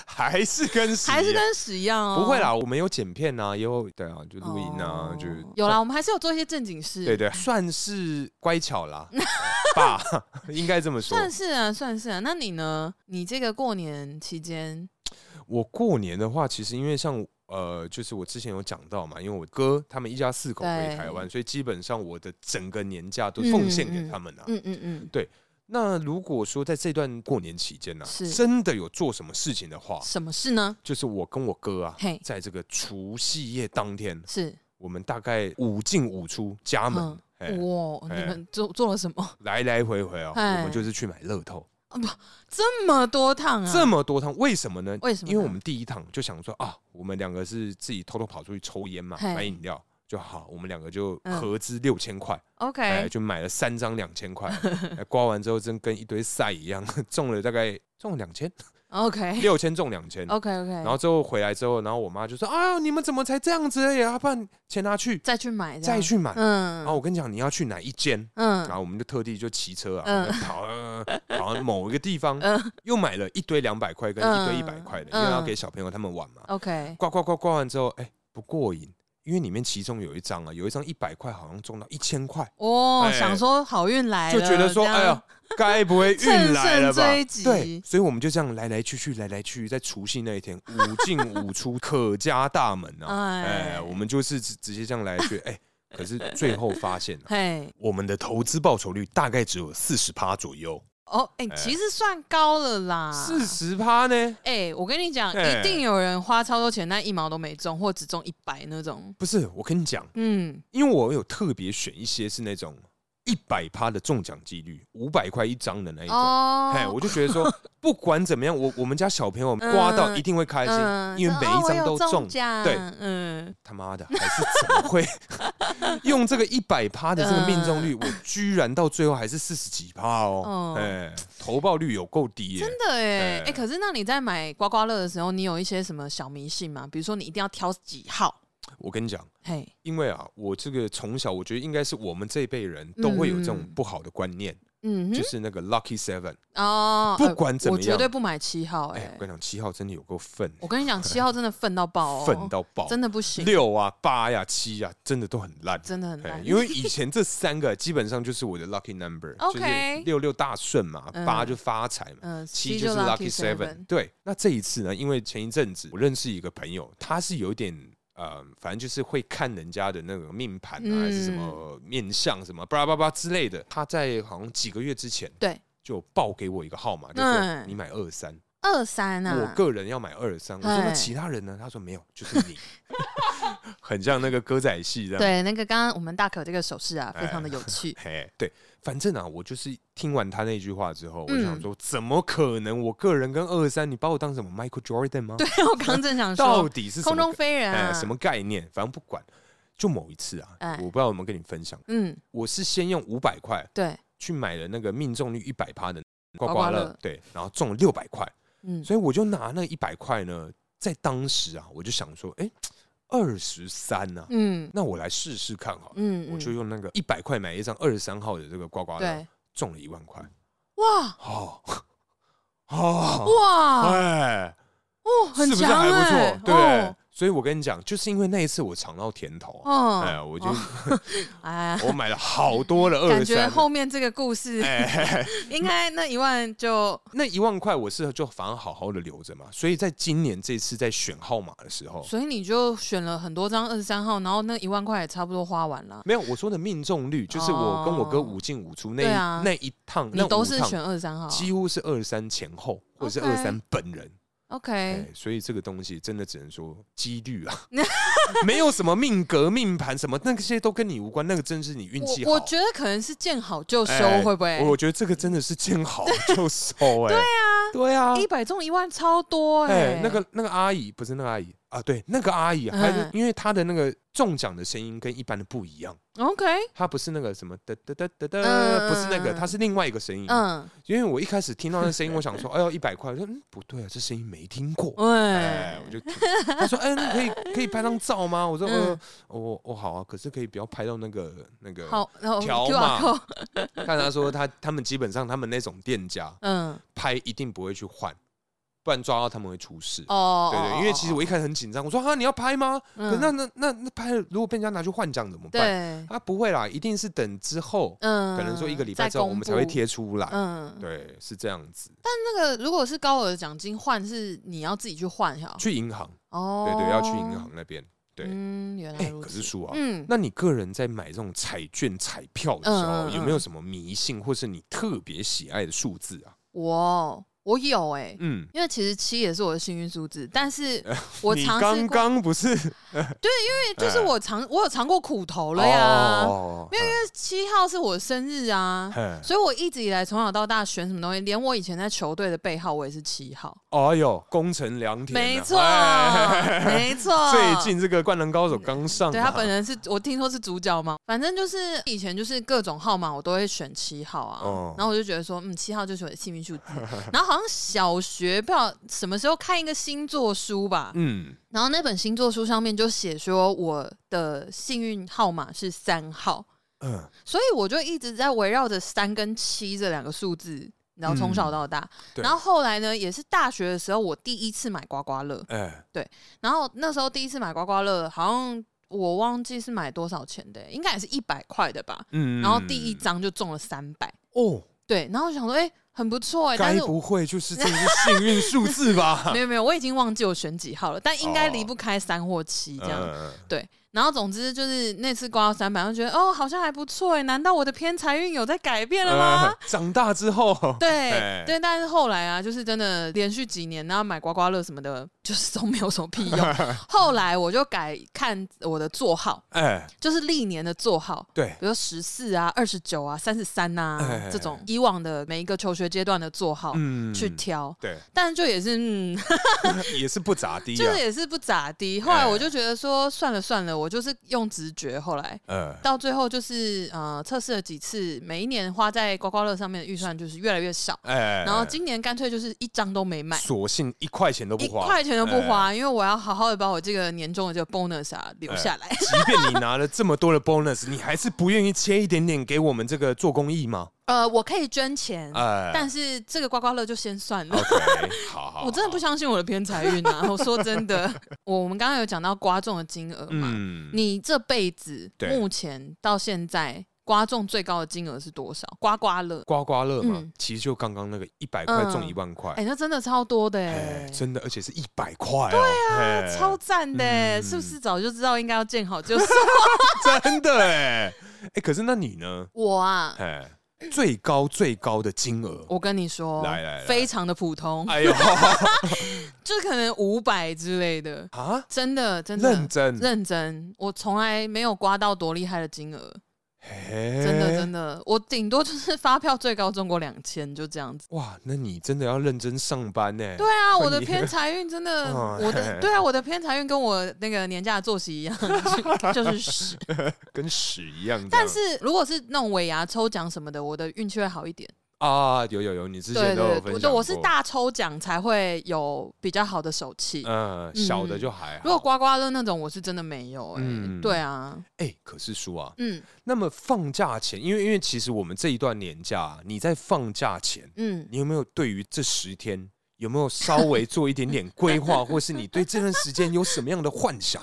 Speaker 2: 还是跟十一
Speaker 3: 还是
Speaker 2: 样
Speaker 3: 跟屎一样
Speaker 2: 啊
Speaker 3: 哦。
Speaker 2: 不会啦，我们有剪片啊，也有对啊，就录音啊
Speaker 3: 哦，
Speaker 2: 就是
Speaker 3: 有啦。我们还是有做一些正经事，
Speaker 2: 对对，算是乖巧 啦，呃爸 应该这么说。
Speaker 3: 算是啊，算是啊。那你呢？你这个过年期间，
Speaker 2: 我过年的话，其实因为像呃，就是我之前有讲到嘛，因为我哥他们一家四口回
Speaker 3: 对
Speaker 2: 台湾，所以基本上我的整个年假都
Speaker 3: 嗯
Speaker 2: 奉献
Speaker 3: 嗯
Speaker 2: 给
Speaker 3: 嗯
Speaker 2: 他们啊。
Speaker 3: 嗯嗯嗯，
Speaker 2: 那如果说在这段过年期间呢、啊
Speaker 3: 是
Speaker 2: 真的有做什么事情的话，
Speaker 3: 什么事呢？
Speaker 2: 就是我跟我哥啊
Speaker 3: 嘿，
Speaker 2: 在这个除夕夜当天，
Speaker 3: 是
Speaker 2: 我们大概五进五出家门，
Speaker 3: 嗯
Speaker 2: 哎、
Speaker 3: 哇，
Speaker 2: 哎
Speaker 3: 你们做做了什么？
Speaker 2: 来来回回啊、
Speaker 3: 哎
Speaker 2: 我们就是去买乐透，
Speaker 3: 这么多趟啊？
Speaker 2: 这么多趟，为什么呢？
Speaker 3: 为什么呢？
Speaker 2: 因为我们第一趟就想说啊，我们两个是自己偷偷跑出去抽烟嘛，
Speaker 3: 嘿
Speaker 2: 买饮料就好，我们两个就
Speaker 3: 嗯
Speaker 2: 合资六千块，哎、
Speaker 3: OK
Speaker 2: 就买了三张两千块，哎刮完之后真跟一堆赛一样，中了大概中两千，
Speaker 3: OK
Speaker 2: 六千中两 千。
Speaker 3: OK OK，然
Speaker 2: 然后之后回来之后，然后我妈就说：“啊，你们怎么才这样子啊呀？不然钱拿 去
Speaker 3: 再去买，
Speaker 2: 再，去买。
Speaker 3: 嗯，
Speaker 2: 然后我跟你讲，你要去哪一间？然
Speaker 3: 嗯，
Speaker 2: 后我们就特地就骑车啊
Speaker 3: 嗯，
Speaker 2: 跑呃跑到某一个地 方
Speaker 3: 嗯，
Speaker 2: 又买了一堆两百块跟一堆一百块的，因为要给小朋友他们玩嘛。
Speaker 3: OK
Speaker 2: 刮刮刮刮完之后，哎，不过瘾，因为里面其中有一张啊，有一张一百块好像中到一千块，
Speaker 3: 哦，
Speaker 2: 哎
Speaker 3: 想说好运来
Speaker 2: 就
Speaker 3: 了，
Speaker 2: 觉得说，
Speaker 3: 这样
Speaker 2: 哎呀，，该不会运来了吧
Speaker 3: 乘胜追？击
Speaker 2: 对，所以我们就这样来来去去，来来去去，在除夕那一天，五进五出，可家大门啊！
Speaker 3: 哎
Speaker 2: 哎，我们就是直直接这样来去，哎，可是最后发现啊
Speaker 3: 嘿，
Speaker 2: 我们的投资报酬率大概只有四十趴左右，
Speaker 3: 哦，哎，
Speaker 2: 哎
Speaker 3: 其实算高了啦，
Speaker 2: 四十趴呢？
Speaker 3: 哎，我跟你讲，
Speaker 2: 哎
Speaker 3: 一定有人花超多钱，但一毛都没中，或只中一百那种。
Speaker 2: 不是，我跟你讲，
Speaker 3: 嗯，
Speaker 2: 因为我有特别选一些是那种一百趴的中奖几率，五百块一张的那一种。
Speaker 3: 哦，
Speaker 2: 哎，我就觉得 说，不管怎么样，我我们家小朋友刮到
Speaker 3: 嗯
Speaker 2: 一定会开心，
Speaker 3: 嗯
Speaker 2: 因为每一张都中。
Speaker 3: 奖
Speaker 2: 对
Speaker 3: 嗯，
Speaker 2: 他妈的，还是怎么 会用这个一百趴的这个命中率？我居然到最后还是四十几趴哦！
Speaker 3: 嗯哦
Speaker 2: 哎，投报率有够低耶！
Speaker 3: 真的哎
Speaker 2: 哎，
Speaker 3: 哎，可是那你在买刮刮乐的时候，你有一些什么小迷信吗？比如说你一定要挑几号？
Speaker 2: 我跟你讲。
Speaker 3: 嘿，
Speaker 2: 因为啊，我这个从小我觉得应该是我们这一辈人都会有这种
Speaker 3: 嗯
Speaker 2: 不好的观念，
Speaker 3: 嗯
Speaker 2: 就
Speaker 3: 哼，
Speaker 2: 是那个 lucky seven。
Speaker 3: 哦，
Speaker 2: 不管怎么样
Speaker 3: 我绝对不买七号
Speaker 2: 哎、
Speaker 3: 哎
Speaker 2: 我。跟你讲，七号真的有够愤，
Speaker 3: 我跟你讲，七号真的愤到爆哦，
Speaker 2: 愤到爆，
Speaker 3: 真的不行，
Speaker 2: 六啊、八呀、七呀、真的都很烂。
Speaker 3: 真的很
Speaker 2: 哎
Speaker 3: 烂，
Speaker 2: 因为以前这三个基本上就是我的 lucky number，就是
Speaker 3: OK
Speaker 2: 六六大顺嘛，
Speaker 3: 嗯
Speaker 2: 八就发财嘛，
Speaker 3: 嗯，
Speaker 2: 七
Speaker 3: 七
Speaker 2: 就是 lucky
Speaker 3: seven，
Speaker 2: seven。对，那这一次呢，因为前一阵子我认识一个朋友，他是有点呃，反正就是会看人家的那个命盘啊，
Speaker 3: 嗯
Speaker 2: 还是什么面相什么巴拉巴拉之类的。他在好像几个月之前
Speaker 3: 对，
Speaker 2: 就报给我一个号码，就说
Speaker 3: 嗯
Speaker 2: 你买二三，
Speaker 3: 二三啊，
Speaker 2: 我个人要买二三。我说
Speaker 3: 哎
Speaker 2: 那其他人呢？他说没有，就是你， 很像那个歌仔戏这样。
Speaker 3: 对那个刚刚我们大可这个手势啊，
Speaker 2: 哎，
Speaker 3: 非常的有趣
Speaker 2: 嘿，对，反正啊，我就是听完他那句话之后，我就
Speaker 3: 嗯
Speaker 2: 想说，怎么可能？我个人跟二三，你把我当什么 Michael Jordan 吗？
Speaker 3: 对 我刚刚正想
Speaker 2: 哎到
Speaker 3: 说，
Speaker 2: 底是什
Speaker 3: 空
Speaker 2: 么
Speaker 3: 中
Speaker 2: 概
Speaker 3: 飞人
Speaker 2: 哎
Speaker 3: 啊，
Speaker 2: 什么？概念？反正不管。就某一次啊，
Speaker 3: 哎
Speaker 2: 我不知道有没有跟你分享，
Speaker 3: 嗯，
Speaker 2: 我是先用五百块
Speaker 3: 对，
Speaker 2: 去买了那个命中率一百趴的刮
Speaker 3: 刮
Speaker 2: 刮
Speaker 3: 刮
Speaker 2: 乐
Speaker 3: 乐，
Speaker 2: 对，然后中了六百块，
Speaker 3: 嗯，
Speaker 2: 所以我就拿那一百块呢，在当时啊，我就想说，哎，二十三啊，
Speaker 3: 嗯
Speaker 2: 那我来试试看好了，
Speaker 3: 嗯，
Speaker 2: 我就
Speaker 3: 嗯
Speaker 2: 用那个一百块买一张二十三号的这个刮刮乐，
Speaker 3: 对，
Speaker 2: 中了一万块，
Speaker 3: 哇
Speaker 2: 哦哦，
Speaker 3: 哇
Speaker 2: 哎，
Speaker 3: 哦，
Speaker 2: 是
Speaker 3: 很
Speaker 2: 不是
Speaker 3: 强
Speaker 2: 还不
Speaker 3: 哎
Speaker 2: 错？，对，所以我跟你讲，就是因为那一次我尝到甜头啊，
Speaker 3: 哦，
Speaker 2: 哎，我就
Speaker 3: 哦哎，
Speaker 2: 我买了好多的二
Speaker 3: 感觉
Speaker 2: 三，
Speaker 3: 后面这个故事
Speaker 2: 哎，
Speaker 3: 应该那一万就
Speaker 2: 那一万块我是就反而好好的留着嘛，所以在今年这次在选号码的时候，
Speaker 3: 所以你就选了很多张二十三号，然后那一万块也差不多花完了。
Speaker 2: 没有我说的命中率，就是我跟我哥五进五出那
Speaker 3: 哦对啊
Speaker 2: 一那一趟，
Speaker 3: 你
Speaker 2: 嗯那
Speaker 3: 都
Speaker 2: 五
Speaker 3: 是选
Speaker 2: 趟
Speaker 3: 二十三号
Speaker 2: 几乎是二三前后，或者是
Speaker 3: OK
Speaker 2: 二三本人，哎
Speaker 3: ，OK，
Speaker 2: 哎，所以这个东西真的只能说几率啊，没有什么命格、命盘什么，那些都跟你无关，那个真是你运气好。
Speaker 3: 我我觉得欸可能是见好就收，
Speaker 2: 哎
Speaker 3: 会不会？
Speaker 2: 我觉得这个真的是见好就 收、哎，对啊，对
Speaker 3: 一
Speaker 2: 啊，
Speaker 3: 百中一万超多哎、
Speaker 2: 哎，那个那个阿姨不是那个阿姨啊，对，那个阿姨，还是
Speaker 3: 嗯
Speaker 2: 因为她的那个中奖的声音跟一般的不一样，
Speaker 3: OK，
Speaker 2: 她不是那个什么哒哒哒哒
Speaker 3: 嗯
Speaker 2: 哒，
Speaker 3: 嗯
Speaker 2: 不是那个，
Speaker 3: 嗯
Speaker 2: 她是另外一个声音。
Speaker 3: 嗯，
Speaker 2: 因为我一开始听到那声音，我想 说，哎呦，一百块，我说嗯不对啊，这声音没听过。哎
Speaker 3: 哎，，
Speaker 2: 我就听他说，哎，那可以可以拍张照吗？我说，
Speaker 3: 嗯
Speaker 2: 呃，哦哦好啊，可是可以不要拍到那个那个。
Speaker 3: 好，然后
Speaker 2: 条
Speaker 3: QR
Speaker 2: 码
Speaker 3: code，
Speaker 2: 但他说他他们基本上他们那种店家
Speaker 3: 嗯，
Speaker 2: 拍一定不会去换，不然抓到他们会出事。
Speaker 3: 哦，
Speaker 2: 对
Speaker 3: 哦
Speaker 2: 对，因为其实我一开始很紧张，我说啊你要拍吗？可
Speaker 3: 嗯
Speaker 2: 那那那那拍了如果被人家拿去换奖怎么办？
Speaker 3: 对，
Speaker 2: 啊不会啦，一定是等之后，
Speaker 3: 嗯，
Speaker 2: 可能说一个礼拜
Speaker 3: 再
Speaker 2: 之后我
Speaker 3: 公
Speaker 2: 们才会
Speaker 3: 布，
Speaker 2: 贴出来。
Speaker 3: 嗯，
Speaker 2: 对，是这样子。
Speaker 3: 那个如果是高额奖金换，是你要自己去换哈，
Speaker 2: 去银行，
Speaker 3: 哦，
Speaker 2: 对对，要去银行，那边。对，
Speaker 3: 嗯，原来
Speaker 2: 哎，
Speaker 3: 如
Speaker 2: 可是
Speaker 3: 此，
Speaker 2: 叔啊，
Speaker 3: 嗯，
Speaker 2: 那你个人在买这种彩券、彩票的时候，
Speaker 3: 嗯嗯嗯
Speaker 2: 有没有什么迷信，或是你特别喜爱的数字啊？
Speaker 3: 我我有哎、
Speaker 2: 嗯，
Speaker 3: 因为其实七也是我的幸运数字，但是 我
Speaker 2: 你
Speaker 3: 尝试过，
Speaker 2: 刚刚不是
Speaker 3: 对就是
Speaker 2: 哎
Speaker 3: 我尝我有尝过苦头了呀。
Speaker 2: 哦，没有，
Speaker 3: 七号是我生日啊，
Speaker 2: 嘿
Speaker 3: 所以我一直以来从小到大选什么东西，连我以前在球队的背号我也是七号，
Speaker 2: 哦呦，功成良田啊，
Speaker 3: 没错
Speaker 2: 哎，
Speaker 3: 没错。
Speaker 2: 最近这个《灌篮高手》刚上嘛，啊
Speaker 3: 对他本人是我听说是主角嘛，反正就是以前就是各种号码我都会选七号啊，
Speaker 2: 哦
Speaker 3: 然后我就觉得说，嗯，七号就是我的幸运数字。然后好像小学不知道什么时候看一个星座书吧，
Speaker 2: 嗯，
Speaker 3: 然后那本星座书上面就写说我的幸运号码是三号，
Speaker 2: 嗯
Speaker 3: 所以我就一直在围绕着三跟七这两个数字。然后从小到大，
Speaker 2: 嗯对
Speaker 3: 然后后来呢，也是大学的时候，我第一次买刮刮乐。
Speaker 2: 哎，
Speaker 3: 然后那时候第一次买刮刮乐，好像我忘记是买多少钱的，欸应该也是一百块的吧。
Speaker 2: 嗯
Speaker 3: 然后第一张就中了三百，
Speaker 2: 哦，
Speaker 3: 对。然后我想说，哎、很不错哎，但
Speaker 2: 该
Speaker 3: 是
Speaker 2: 不会就是这是幸运数字吧？
Speaker 3: 没有没有，我已经忘记我选几号了，但应该
Speaker 2: 哦
Speaker 3: 离不开三或七这样。
Speaker 2: 嗯，
Speaker 3: 对，然后总之就是那次刮到三百，我觉得哦，好像还不错哎。难道我的偏财运有在改变了 吗？
Speaker 2: 呃长大之后， 哎
Speaker 3: 对对，但是后来啊，就是真的连续几年，然后买刮刮乐什么的，就是都没有什么屁 用。后来我就改看我的座号，
Speaker 2: 哎，
Speaker 3: 就是历年的座号，
Speaker 2: 对，
Speaker 3: 比如十四啊、二十九啊、三十三啊
Speaker 2: 哎
Speaker 3: 这种以往的每一个求学阶段的座号
Speaker 2: 嗯
Speaker 3: 去挑，
Speaker 2: 对，
Speaker 3: 但就也是嗯，
Speaker 2: 也是不咋地
Speaker 3: 就是
Speaker 2: 啊，
Speaker 3: 也是不咋地。后来我就觉得说算了算了，我就是用直觉。后来
Speaker 2: 呃，
Speaker 3: 到最后就是呃测试了几次，每一年花在刮刮乐上面的预算就是越来越少，
Speaker 2: 哎，
Speaker 3: 然后今年干脆就是一张都没买。
Speaker 2: 索性一块钱都不
Speaker 3: 一
Speaker 2: 花，
Speaker 3: 块钱都不
Speaker 2: 哎
Speaker 3: 花，因为我要好好的把我这个年终的这个 bonus 啊留下来。
Speaker 2: 即便你拿了这么多的 bonus，你还是不愿意切一点点给我们这个做公益吗？
Speaker 3: 呃，我可以捐钱，
Speaker 2: 哎哦
Speaker 3: 但是这个刮刮乐就先算了。
Speaker 2: OK，好好，
Speaker 3: 我真的不
Speaker 2: 想，
Speaker 3: 相信我的偏财 运啊！我说真的，我我们刚刚有讲到刮中的金额嘛，
Speaker 2: 嗯，
Speaker 3: 你这辈子
Speaker 2: 对
Speaker 3: 目前到现在刮中最高的金额是多少？刮刮乐，
Speaker 2: 刮刮乐嘛，
Speaker 3: 嗯
Speaker 2: 其实就刚刚那个一百块中
Speaker 3: 嗯
Speaker 2: 一万块
Speaker 3: 哎、，那真的超多的、
Speaker 2: 哎
Speaker 3: 哎，
Speaker 2: 真的，而且是一百块，对啊
Speaker 3: 超赞的、哎
Speaker 2: 嗯
Speaker 3: 是不是早就知道应该要见好就收？
Speaker 2: 真的哎，哎，可是那你呢？
Speaker 3: 我啊，
Speaker 2: 哎，最高最高的金额，
Speaker 3: 我跟你说，
Speaker 2: 来来来
Speaker 3: 非常的普通，
Speaker 2: 哎呦
Speaker 3: 就可能五百之类的，
Speaker 2: 啊，
Speaker 3: 真的真的
Speaker 2: 认真，
Speaker 3: 认真，我从来没有刮到多厉害的金额。
Speaker 2: 真
Speaker 3: 真的真的，我顶多就是发票最高中过两千，就这样子。
Speaker 2: 哇，那你真的要认真上班呢？
Speaker 3: 对啊，
Speaker 2: 那
Speaker 3: 我的
Speaker 2: 你
Speaker 3: 偏财运真的，
Speaker 2: 哦
Speaker 3: 我
Speaker 2: 嘿
Speaker 3: 的
Speaker 2: 嘿
Speaker 3: 对啊，我的偏财运跟我那个年假的作息一 样，就就是屎。
Speaker 2: 跟屎一样这样。
Speaker 3: 但是如果是那种尾牙抽奖什么的，我的运气会好一点。
Speaker 2: 啊，有有有，你之
Speaker 3: 对
Speaker 2: 前都有
Speaker 3: 对
Speaker 2: 分
Speaker 3: 对，
Speaker 2: 享
Speaker 3: 对我是
Speaker 2: 过，
Speaker 3: 大抽奖才会有比较好的手气。
Speaker 2: 嗯，小的就还好。
Speaker 3: 如果刮刮乐那种，我是真的没有哎、
Speaker 2: 嗯
Speaker 3: 对啊，
Speaker 2: 哎，可是叔啊，
Speaker 3: 嗯
Speaker 2: 那么放假前，因为因为其实我们这一段年假啊，你在放假前，
Speaker 3: 嗯，
Speaker 2: 你有没有对于这十天有没有稍微做一点点规划， 或是你对这段时间有什么样的幻想？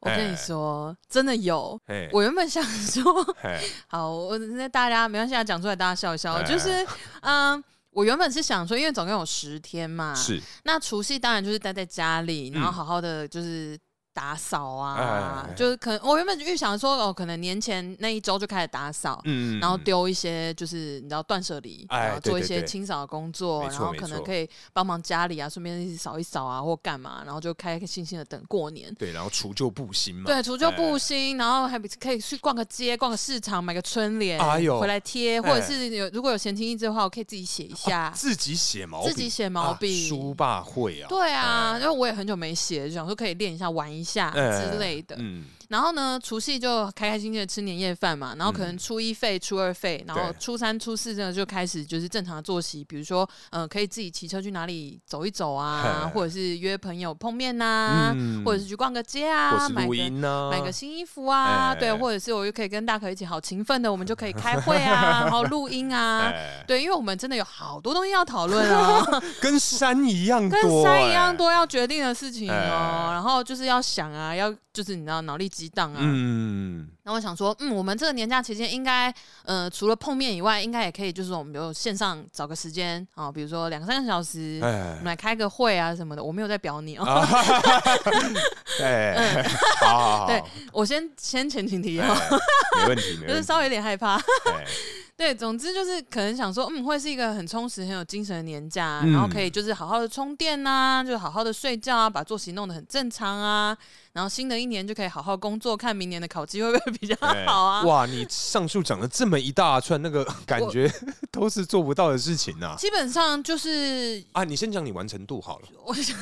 Speaker 3: 我跟你说，真的有。
Speaker 2: 哎，
Speaker 3: 我原本想说，
Speaker 2: 哎，
Speaker 3: 好，我那大家没关系啊，讲出来大家笑一笑。
Speaker 2: 哎
Speaker 3: 就是，嗯，我原本是想说，因为总共有十天嘛，
Speaker 2: 是
Speaker 3: 那除夕当然就是待在家里，然后
Speaker 2: 嗯
Speaker 3: 好好的就是打扫
Speaker 2: 哎哎
Speaker 3: 啊
Speaker 2: 哎，哎
Speaker 3: 就是可能我原本预想说哦，可能年前那一周就开始打扫，
Speaker 2: 嗯
Speaker 3: 然后丢一些就是你知道断舍离，
Speaker 2: 哎
Speaker 3: 然后做
Speaker 2: 对
Speaker 3: 一
Speaker 2: 对
Speaker 3: 些
Speaker 2: 对
Speaker 3: 清扫的工作，
Speaker 2: 没错
Speaker 3: 然后
Speaker 2: 没
Speaker 3: 可能
Speaker 2: 错
Speaker 3: 可以帮忙家里啊，顺便一起扫一扫啊或干嘛，然后就开开心心的等过年。
Speaker 2: 对，然后除旧布新嘛，
Speaker 3: 对，除旧
Speaker 2: 哎
Speaker 3: 布新，然后还比可以去逛个街、逛个市场，买个春联，
Speaker 2: 哎呦
Speaker 3: 回来贴，或者
Speaker 2: 哎哦
Speaker 3: 是有如果有闲情逸致的话，我可以自己写一下。
Speaker 2: 啊自己写毛笔，
Speaker 3: 自己写毛
Speaker 2: 啊
Speaker 3: 笔
Speaker 2: 书霸会啊，
Speaker 3: 对啊，因为我也很久没写，就想说可以练一下、玩一下
Speaker 2: 哎
Speaker 3: 之类的。
Speaker 2: 嗯，
Speaker 3: 然后呢，除夕就开开心心的吃年夜饭嘛，然后可能初一废、初二废，然后
Speaker 2: 嗯对
Speaker 3: 初三、初四呢就开始就是正常的作息，比如说，呃，可以自己骑车去哪里走一走啊，
Speaker 2: 嘿
Speaker 3: 或者是约朋友碰面呐、
Speaker 2: 嗯
Speaker 3: 或者是去逛个街
Speaker 2: 或
Speaker 3: 啊，
Speaker 2: 是
Speaker 3: 买
Speaker 2: 录
Speaker 3: 个。
Speaker 2: 音呢，
Speaker 3: 买个新衣服啊，
Speaker 2: 嗯哎
Speaker 3: 对，或者是我又可以跟大可一起好勤奋的，我们就可以开会啊，然后录音啊，
Speaker 2: 哎，
Speaker 3: 对，因为我们真的有好多东西要讨论哦，
Speaker 2: 跟山一样多，
Speaker 3: 跟山一样
Speaker 2: 哎，
Speaker 3: 多要决定的事情哦，
Speaker 2: 哎
Speaker 3: 然后就是要想啊，要就是你知道脑力激荡啊，
Speaker 2: 嗯，
Speaker 3: 然后我想说，嗯，我们这个年假期间应该，呃，除了碰面以外，应该也可以，就是我们比如线上找个时间啊、比如说两三个小时，我
Speaker 2: 哎
Speaker 3: 们来开个会啊什么的。我没有在表你哦，
Speaker 2: 啊，哎， 好好好，
Speaker 3: 嗯对我先先前情提要，
Speaker 2: 哎没问题，没
Speaker 3: 就是
Speaker 2: 问题，
Speaker 3: 稍微有点害怕。
Speaker 2: 哎
Speaker 3: 对，总之就是可能想说，嗯，会是一个很充实、很有精神的年假，啊
Speaker 2: 嗯
Speaker 3: 然后可以就是好好的充电呐、就好好的睡觉啊，把作息弄得很正常啊，然后新的一年就可以好好工作，看明年的考绩会不会比较
Speaker 2: 哎
Speaker 3: 好啊。
Speaker 2: 哇，你上述讲了这么一大串，那个感觉 都是做不到的事情呐。
Speaker 3: 基本上就是
Speaker 2: 啊，你先讲你完成度好了，
Speaker 3: 我想，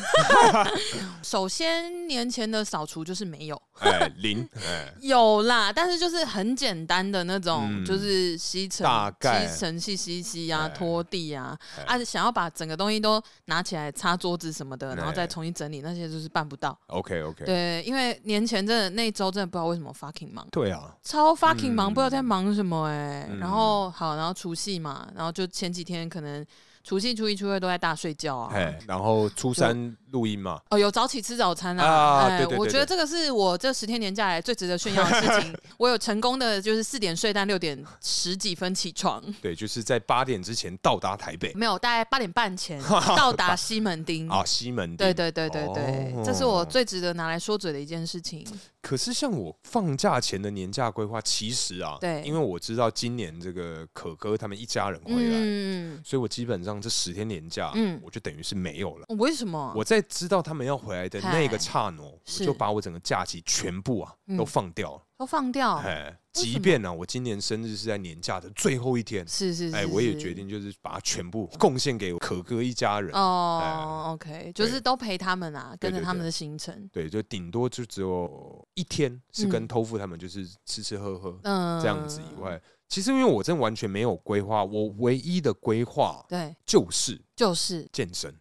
Speaker 3: 首先年前的扫除就是没有，
Speaker 2: 哎，零，哎，
Speaker 3: 有啦，但是就是很简单的那种，
Speaker 2: 嗯
Speaker 3: 就是吸尘、
Speaker 2: 大概
Speaker 3: 吸尘器、吸吸啊、
Speaker 2: 哎
Speaker 3: 拖地啊，
Speaker 2: 哎
Speaker 3: 啊，想要把整个东西都拿起来擦桌子什么的，然后
Speaker 2: 哎
Speaker 3: 再重新整理，那些就是办不到。
Speaker 2: ，OK OK，
Speaker 3: 对，因为年前真的那一周真的不知道为什么 fucking 忙，
Speaker 2: 对啊，
Speaker 3: 超 fucking 忙，
Speaker 2: 嗯
Speaker 3: 不知道在忙什么哎、
Speaker 2: 嗯
Speaker 3: 然后好，然后除夕嘛，然后就前几天可能除夕、初一、初二都在大睡觉啊，
Speaker 2: 哎，然后初三录音嘛，
Speaker 3: 哦，有早起吃早餐啊！
Speaker 2: 啊
Speaker 3: 哎，
Speaker 2: 对对对
Speaker 3: 我觉得
Speaker 2: 对
Speaker 3: 这个是我这十天年假来最值得炫耀的 事情。我有成功的，就是四点睡，但六点十几分 起床，
Speaker 2: 对，就是在八点之前到达台北
Speaker 3: 没有，大概八点 半前到达西门町。
Speaker 2: 啊，西门
Speaker 3: 嗯
Speaker 2: 町。
Speaker 3: 对对对对对，
Speaker 2: 哦
Speaker 3: 这是我最值得拿来说嘴的一件事情。
Speaker 2: 可是像我放假前的年假规划，其实啊，
Speaker 3: 对
Speaker 2: 因为我知道今年这个可哥他们一家人回来，
Speaker 3: 嗯，
Speaker 2: 所以我基本上这十天年假，
Speaker 3: 嗯
Speaker 2: 我就等于是没有了。
Speaker 3: 为什么？
Speaker 2: 我在知道他们要回来的那个刹那，我
Speaker 3: 是
Speaker 2: 就把我整个假期全部啊
Speaker 3: 嗯
Speaker 2: 都放掉了。
Speaker 3: 都放掉。
Speaker 2: 哎，
Speaker 3: 为什么
Speaker 2: 即便呢、我今年生日是在年假的最后一天，
Speaker 3: 是是是，
Speaker 2: 哎，我也
Speaker 3: 是
Speaker 2: 决。定就是把它全部贡献给可哥一家人。
Speaker 3: 哦，OK，就是
Speaker 2: 哎对
Speaker 3: 都陪他们啊，
Speaker 2: 对
Speaker 3: 跟着
Speaker 2: 对
Speaker 3: 他们
Speaker 2: 对
Speaker 3: 的行程。
Speaker 2: 对，就顶多就只有一天是
Speaker 3: 嗯
Speaker 2: 跟偷富他们就是吃吃喝喝
Speaker 3: 嗯，
Speaker 2: 这样子以，外，其实因为我真的完全没有规划，我唯一的规划
Speaker 3: 对，
Speaker 2: 就是
Speaker 3: 就是
Speaker 2: 健身。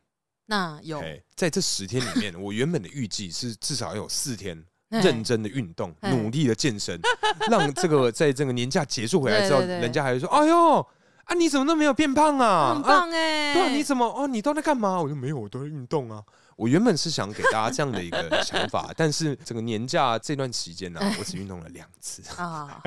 Speaker 3: 那有
Speaker 2: 哎，在这十天里面，我原本的预计是至少要有四天
Speaker 3: 哎
Speaker 2: 认真的运动，
Speaker 3: 哎
Speaker 2: 努力的健身，让这个在这个年假结束回来之后，
Speaker 3: 对对对
Speaker 2: 人家还会说：“哎呦，啊你怎么都没有变胖啊？
Speaker 3: 很
Speaker 2: 啊，
Speaker 3: 棒哎。
Speaker 2: 对啊，你怎么哦？你都在干嘛？”我就没有，我都在运动啊。我原本是想给大家这样的一个想法，但是整个年假这段期间呢、我只运动了两次，
Speaker 3: 啊？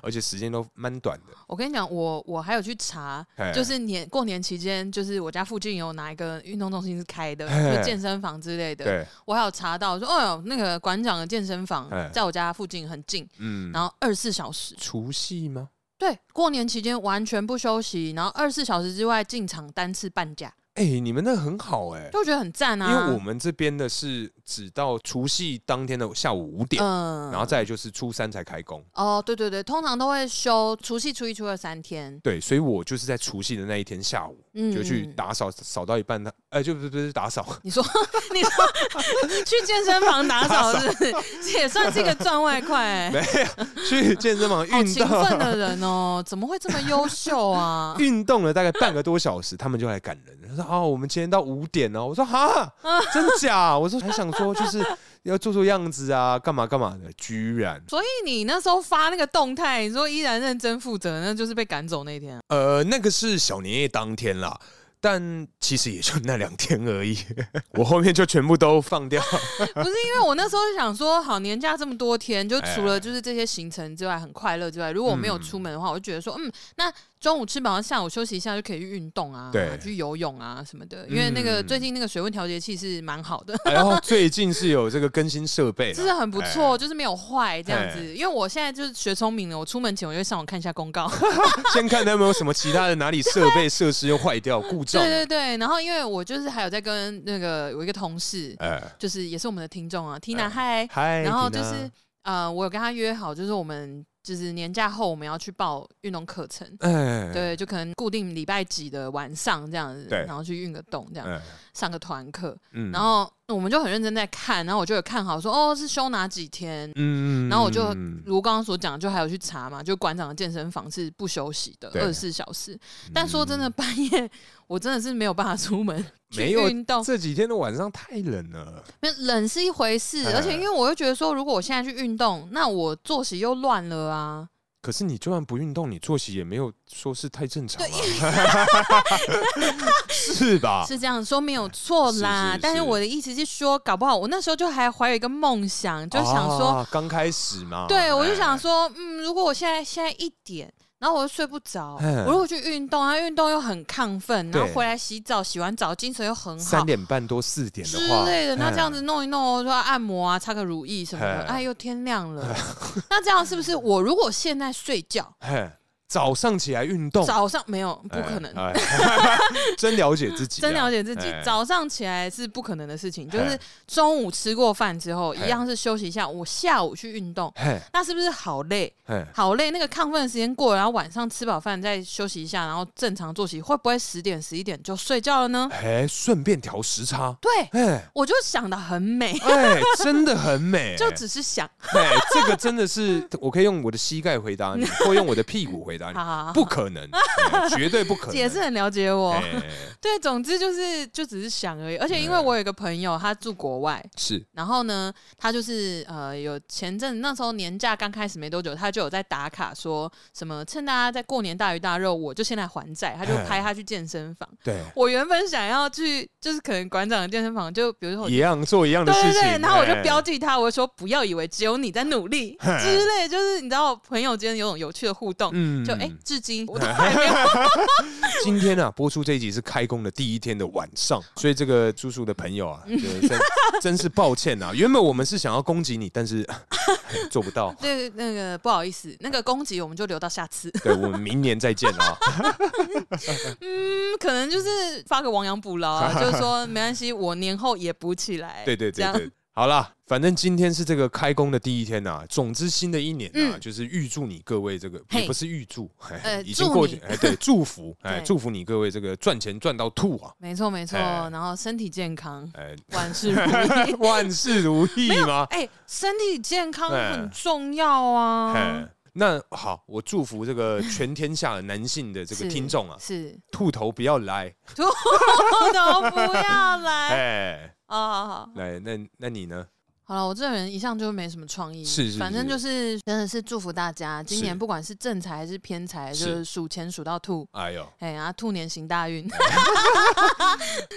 Speaker 2: 而且时间都蛮短的。
Speaker 3: 我跟你讲，我我还有去查，
Speaker 2: 哎
Speaker 3: 就是年过年期间，就是我家附近有哪一个运动中心是开的，
Speaker 2: 嘿
Speaker 3: 就健身房之类的。
Speaker 2: 对，
Speaker 3: 我还有查到说，哦哟，那个馆长的健身房
Speaker 2: 哎
Speaker 3: 在我家附近很近，
Speaker 2: 嗯，
Speaker 3: 然后二十四小时，
Speaker 2: 除夕吗？
Speaker 3: 对，过年期间完全不休息，然后二十四小时之外进场单次半价，
Speaker 2: 哎、你们那很好哎、
Speaker 3: 就觉得很赞啊。
Speaker 2: 因为我们这边的是只到除夕当天的下午五点，
Speaker 3: 嗯
Speaker 2: 然后再来就是初三才开工。
Speaker 3: 哦，对对对，通常都会休除夕、初一、初二三天，
Speaker 2: 对，所以我就是在除夕的那一天下午
Speaker 3: 嗯，
Speaker 2: 就去
Speaker 3: 嗯
Speaker 2: 打扫，扫到一半，他呃，就不是不是打扫，
Speaker 3: 你说， 你说去健身房打扫是不 是也算是一个赚外快、欸，
Speaker 2: 没有 去健身房
Speaker 3: 好
Speaker 2: 运
Speaker 3: 勤奋
Speaker 2: 动，？
Speaker 3: 的人哦，怎么会这么优秀啊
Speaker 2: 运动了大概半个多小时，他们就来赶人，他说啊，我们今天到五点哦，我说 哈，真假？我说还想说就是要做做样子啊，干嘛干嘛的，居然
Speaker 3: 所以你那时候发那个动态，你说依然认真负责，那就是被赶走那天啊、
Speaker 2: 呃，那个是小年夜当天啦，但其实也就那两天而已， 我后面就全部都放掉。
Speaker 3: 不是因为我那时候就想说，好年假这么多天，就除
Speaker 2: 哎
Speaker 3: 了就是这些行程之外很快乐之外，如果我没有出门的话，我就觉得说，嗯，那中午吃饱，下午休息一下就可以去运动啊，
Speaker 2: 对嗯
Speaker 3: 去游泳啊什么的。因为那个最近那个水温调节器是蛮好的，
Speaker 2: 然后最近是有这个更新设备啦，
Speaker 3: 就是啊很不
Speaker 2: 哎
Speaker 3: 错，就是没有坏这样
Speaker 2: 哎
Speaker 3: 子。因为我现在就是学聪明了，我出门前我就会上网看一下公告。
Speaker 2: 先看他有没有什么其他的哪里设备设施又坏掉、故障。
Speaker 3: 对对对，然后因为我就是还有在跟那个我一个同事，
Speaker 2: 哎，
Speaker 3: 就是也是我们的听众啊，Tina 嗨，
Speaker 2: 嗨，
Speaker 3: 然后
Speaker 2: 哎 Tina
Speaker 3: 就是呃，我有跟他约好，就是我们就是年假后我们要去报运动课程。
Speaker 2: 哎，
Speaker 3: 对，就可能固定礼拜几的晚上这样子，
Speaker 2: 对
Speaker 3: 然后去运个动，这样、
Speaker 2: 哎，
Speaker 3: 上个团课，
Speaker 2: 嗯
Speaker 3: 啊然后我们就很认真在看，然后我就有看好说哦是休哪几天，
Speaker 2: 嗯
Speaker 3: 然后我就
Speaker 2: 嗯
Speaker 3: 如刚刚所讲，就还有去查嘛，就馆长的健身房是不休息的，
Speaker 2: 对
Speaker 3: 二十四小时。但说真的，半夜我真的是没有办法出门
Speaker 2: 嗯没
Speaker 3: 去
Speaker 2: 有
Speaker 3: 运动，
Speaker 2: 这几天的晚上太冷了，
Speaker 3: 没有冷是一回事，
Speaker 2: 哎
Speaker 3: 而且因为我又觉得说，如果我现在去运动，那我作息又乱了啊。
Speaker 2: 可是你就算不运动，你作息也没有说是太正常啊， 是吧？
Speaker 3: 是这样说没有错啦，
Speaker 2: 啊是是
Speaker 3: 但是
Speaker 2: 是
Speaker 3: 我的意思是说，搞不好我那时候就还怀有一个梦想，就想说，
Speaker 2: 啊刚开始嘛，
Speaker 3: 对我就
Speaker 2: 哎
Speaker 3: 想，说，嗯，如果我现在现在一点。然后我又睡不 着，
Speaker 2: 嗯
Speaker 3: 我如果去运动，然后运动又很亢奋，然后
Speaker 2: 对
Speaker 3: 回来洗澡，洗完澡精神又很好
Speaker 2: 哎三，点半多四点
Speaker 3: 之
Speaker 2: 的话
Speaker 3: 类的，那
Speaker 2: 哎
Speaker 3: 这样子弄一弄，说按摩啊，擦个乳液什么的，
Speaker 2: 哎
Speaker 3: 哎，又天亮了。 那这样是不是我如果现在睡觉，
Speaker 2: 嘿，早上起来运动，
Speaker 3: 早上没有不
Speaker 2: 哎
Speaker 3: 可能，
Speaker 2: 哎 真了解自己啊，
Speaker 3: 真了解自己
Speaker 2: 哎，
Speaker 3: 早上起来是不可能的事情。就
Speaker 2: 哎
Speaker 3: 是中午吃过饭之后，
Speaker 2: 哎
Speaker 3: 一样是休息一下，我下午去运动，
Speaker 2: 嘿，
Speaker 3: 那是不是好累？
Speaker 2: 嘿，
Speaker 3: 好累，那个亢奋的时间过了，然后晚上吃饱饭再休息一下，然后正常作息，会不会十点十一点就睡觉了呢？
Speaker 2: 哎，顺便调时差，
Speaker 3: 对，
Speaker 2: 哎
Speaker 3: 我就想的很美，
Speaker 2: 哎，真的很美，
Speaker 3: 就只是想，
Speaker 2: 哎，这个真的是，我可以用我的膝盖回 答你，或用我的屁股回答
Speaker 3: 好
Speaker 2: 你，
Speaker 3: 好好，
Speaker 2: 不可能，哎绝对不可能，
Speaker 3: 姐是很了 解我。
Speaker 2: 哎哎哎
Speaker 3: 对，总之就是就只是想而已。而且因为
Speaker 2: 对啊
Speaker 3: 我有一个朋友，他住国外，
Speaker 2: 是
Speaker 3: 然后呢，他就是呃有前阵那时候年假刚开始没多久，他就有在打卡说什么趁大家在过年大鱼大肉，我就先来还债。他就
Speaker 2: 哎
Speaker 3: 拍他去健身房。
Speaker 2: 对，
Speaker 3: 我原本想要去，就是可能馆长的健身房，就比如说我
Speaker 2: 一样做一样的
Speaker 3: 哦对
Speaker 2: 事
Speaker 3: 对
Speaker 2: 情，
Speaker 3: 对，然后我就
Speaker 2: 哎
Speaker 3: 标记他，我就说不要以为只有你在努力
Speaker 2: 哎
Speaker 3: 之类，就是你知道朋友间有种有趣的互动，
Speaker 2: 嗯
Speaker 3: 就哎、至今我都还没有
Speaker 2: 今天啊，播出这一集是开工的第一天的晚上，所以这个叔叔的朋友 啊，就真真是抱歉啊。原本我们是想要攻击你，但是 做不到。
Speaker 3: 对，那个不好意思，那个攻击我们就留到下次。
Speaker 2: 对，我们明年再见 啊！
Speaker 3: 嗯，可能就是发个亡羊补牢 啊，就是说没关系，我年后也补起来。
Speaker 2: 对对
Speaker 3: 这
Speaker 2: 对
Speaker 3: 样
Speaker 2: 对，好啦，反正今天是这个开工的第一天呐、总之，新的一年啊，就是预祝你各位这个
Speaker 3: 嗯嘿
Speaker 2: 也不是预祝，
Speaker 3: 呃
Speaker 2: 已经
Speaker 3: 祝
Speaker 2: 过去
Speaker 3: 你，
Speaker 2: 哎，对，祝 福，哎，
Speaker 3: 对
Speaker 2: 祝福你各位这个赚钱赚到吐啊！
Speaker 3: 没错没错。
Speaker 2: 哎
Speaker 3: 然后身体健 康，
Speaker 2: 哎，
Speaker 3: 万事如意。
Speaker 2: 万事如意吗？
Speaker 3: 哎、身体健康
Speaker 2: 哎
Speaker 3: 很重要啊
Speaker 2: 哎。，那好，我祝福这个全天下的男性的这个
Speaker 3: 是
Speaker 2: 听众啊，
Speaker 3: 是，
Speaker 2: 兔头不要来，
Speaker 3: 秃头不要来。
Speaker 2: 哎，
Speaker 3: 哦，好好
Speaker 2: 来，那那你呢？
Speaker 3: 好了，我这人一向就没什么创意，
Speaker 2: 是是
Speaker 3: 反正
Speaker 2: 是
Speaker 3: 就是真的是祝福大家，今
Speaker 2: 是
Speaker 3: 年不管是正财还是偏财，就是是数钱数到吐，
Speaker 2: 哎呦，
Speaker 3: 哎、然后兔年行大运。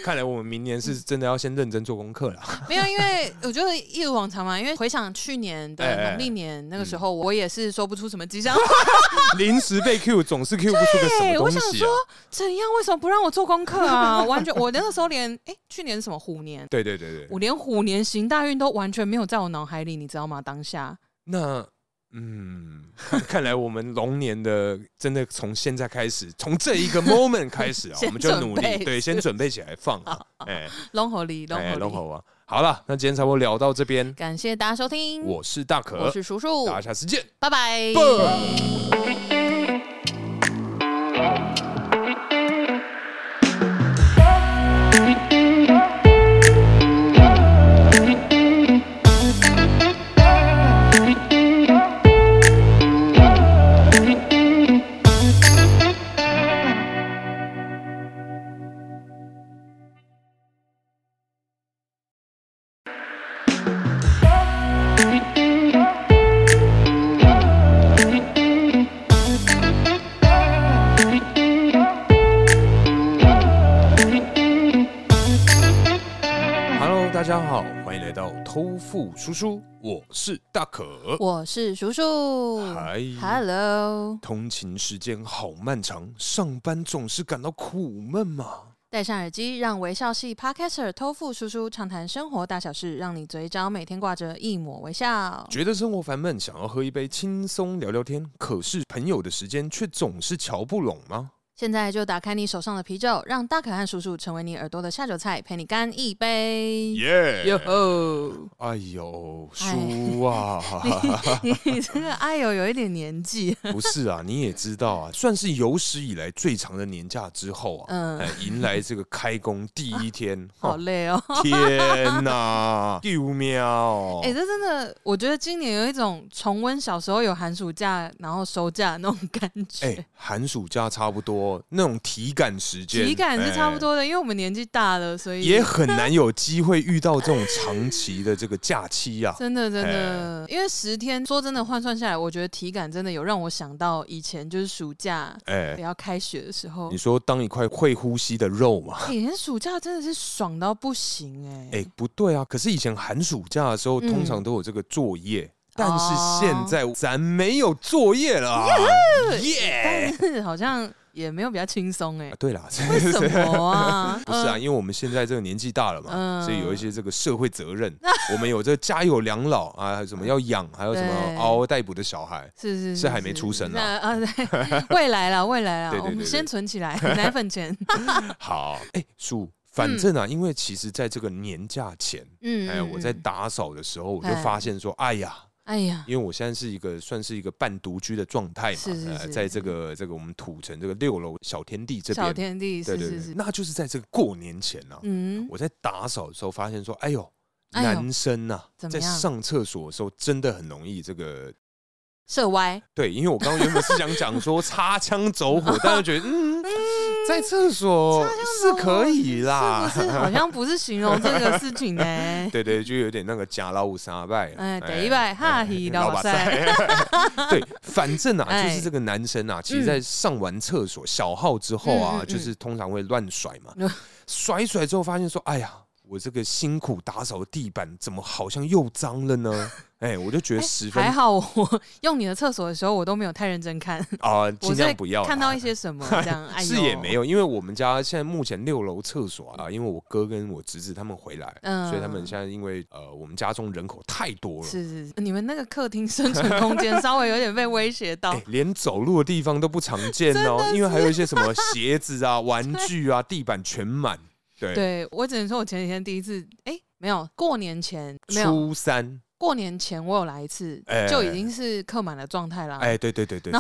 Speaker 2: 看来我们明年是
Speaker 3: 嗯
Speaker 2: 真的要先认真做功课了。
Speaker 3: 没有，因为我觉得一如往常嘛。因为回想去年
Speaker 2: 哎哎
Speaker 3: 的农历年那个时候，我也是说不出什么吉 祥话。
Speaker 2: 临时被 Q 总是 Q 不出个什么
Speaker 3: 我
Speaker 2: 东
Speaker 3: 想
Speaker 2: 西啊
Speaker 3: 说？怎样？为什么不让我做功课啊？完全，我那个时候连哎、去年是什么虎年，
Speaker 2: 对对对对，
Speaker 3: 我连虎年行大运都完全没有在我脑海里，你知道吗？当下
Speaker 2: 那嗯，看 看来我们龙年的真的从现在开始，从这一 个 moment 开始啊，
Speaker 3: 先
Speaker 2: 我们就努
Speaker 3: 准
Speaker 2: 力，
Speaker 3: 备
Speaker 2: 对，先准备起来放啊，哎
Speaker 3: 龙猴里，龙
Speaker 2: 哎，
Speaker 3: 猴
Speaker 2: 龙
Speaker 3: 里。
Speaker 2: 猴啊，好了，那今天差不多聊到这边，
Speaker 3: 感谢大家收听，
Speaker 2: 我是大
Speaker 3: 我
Speaker 2: 可，
Speaker 3: 是嗯叔叔，
Speaker 2: 大家下次见。
Speaker 3: 拜拜。
Speaker 2: 大家好，欢迎来到偷富叔叔，我是大可。
Speaker 3: 我是叔叔
Speaker 2: 嗨
Speaker 3: ，Hello，
Speaker 2: 通勤时间好漫长，上班总是感到苦闷嘛。
Speaker 3: 戴上耳机，让微笑系 Podcaster 偷富叔叔畅谈生活大小事，让你嘴角每天挂着一抹微笑。
Speaker 2: 觉得生活烦闷，想要喝一杯轻松聊聊天，可是朋友的时间却总是瞧不拢吗？
Speaker 3: 现在就打开你手上的啤酒，让大可汗叔叔成为你耳朵的下酒菜，陪你干一杯。
Speaker 2: 耶、
Speaker 3: 哟吼！
Speaker 2: 哎呦，叔啊，
Speaker 3: 哎你这个哎呦，有一点 年纪，
Speaker 2: 不是啊，你也知道啊，算是有史以来最长的年假之后啊，
Speaker 3: 嗯
Speaker 2: 哎迎来这个开工第一天，
Speaker 3: 好
Speaker 2: 哦
Speaker 3: 累哦。
Speaker 2: 天哪，哦丢喵！
Speaker 3: 哎、这真的，我觉得今年有一种重温小时候有寒暑假，然后收假那种感觉。
Speaker 2: 哎、寒暑假差不多那种体感时间，
Speaker 3: 体感是差不
Speaker 2: 哎、
Speaker 3: 多的，因为我们年纪大了，所以
Speaker 2: 也很难有机会遇到这种长期的这个假期啊。
Speaker 3: 真的真的，
Speaker 2: 哎
Speaker 3: 因为十天说真的换算下来，我觉得体感真的有让我想到以前就是暑假
Speaker 2: 哎、
Speaker 3: 要开学的时候
Speaker 2: 你，说当一块会呼吸的肉嘛？
Speaker 3: 哎以前暑假真的是爽到不行哎、
Speaker 2: 哎、不对啊！可是以前寒暑假的时候，通
Speaker 3: 嗯
Speaker 2: 常都有这个作业，但是
Speaker 3: 哦
Speaker 2: 现在咱没有作业了啊，耶、
Speaker 3: 但是 好像也没有比较轻松哎
Speaker 2: 啊，对啦，？
Speaker 3: 为什么啊
Speaker 2: 不是啊，因为我们现在这个年纪大了嘛，
Speaker 3: 嗯
Speaker 2: 所以有一些这个社会责 任，我们有这家有两老啊，还有什么要养，还有什么
Speaker 3: 对
Speaker 2: 嗷嗷待哺的小孩。
Speaker 3: 是是
Speaker 2: 是还没出生啊
Speaker 3: 那啊， 对，未来啦，未来啦，
Speaker 2: 对对对
Speaker 3: 我们
Speaker 2: 对
Speaker 3: 先存 起来奶粉钱。
Speaker 2: 好，哎、叔，反正啊，因为其实在这个年假前，
Speaker 3: 嗯，
Speaker 2: 哎，我在
Speaker 3: 嗯，
Speaker 2: 打扫的时候，我就
Speaker 3: 哎
Speaker 2: 发现说，哎呀。
Speaker 3: 哎呀，
Speaker 2: 因为我现在是一个算是一个半独居的状态嘛，
Speaker 3: 是是
Speaker 2: 呃
Speaker 3: 是
Speaker 2: 在这个这个我们土城这个六楼小天地这边，
Speaker 3: 小天地
Speaker 2: 对
Speaker 3: 是
Speaker 2: 对对，
Speaker 3: 是是，
Speaker 2: 那就是在这个过年前啊，
Speaker 3: 嗯，
Speaker 2: 我在打扫的时候发现说，哎呦，
Speaker 3: 哎呦
Speaker 2: 男生呐、
Speaker 3: 怎么
Speaker 2: 在
Speaker 3: 样
Speaker 2: 上厕所的时候真的很容易这个。
Speaker 3: 社歪，
Speaker 2: 对，因为我刚刚原本是想讲说擦枪走火，但是觉得嗯，在厕 所哦是可以啦，
Speaker 3: 是不是？好像不是 形容这个事情呢、
Speaker 2: 对对，就有点那个假老五三啊拜，
Speaker 3: 哎第一拜哈嘿老
Speaker 2: 把
Speaker 3: 百
Speaker 2: 塞
Speaker 3: 塞。
Speaker 2: 对，反正啊，
Speaker 3: 哎
Speaker 2: 就是这个男生啊，其实在上完厕所小号之后
Speaker 3: 嗯
Speaker 2: 啊
Speaker 3: 嗯，嗯
Speaker 2: 就是通常会乱甩嘛
Speaker 3: 嗯，
Speaker 2: 甩一甩之后发现说，哎呀。我这个辛苦打扫的地板，怎么好像又脏了呢？哎，我就觉得十分
Speaker 3: 还好我用你的厕所的时候，我都没有太认真看，
Speaker 2: 啊，尽
Speaker 3: 我在
Speaker 2: 量不要啦
Speaker 3: 看到一些什么 这样。哎呦，
Speaker 2: 是也没，有，因为我们家现在目前六楼厕所啊，因为我哥跟我侄子他们回来，
Speaker 3: 嗯
Speaker 2: 所以他们现在因为呃我们家中人口太多了，
Speaker 3: 是是是，你们那个客厅生存空间稍微有点被威胁到
Speaker 2: 哎、。连走路的地方都不常见哦，因为还有一些什 么鞋子啊、玩具啊，地板全满。对，
Speaker 3: 对我只能说，我前几天第一次，哎、没有过年前没有
Speaker 2: 初三，
Speaker 3: 过年前我有来一次，
Speaker 2: 哎
Speaker 3: 就已经是客满的状态啦。
Speaker 2: 哎、对对对对对，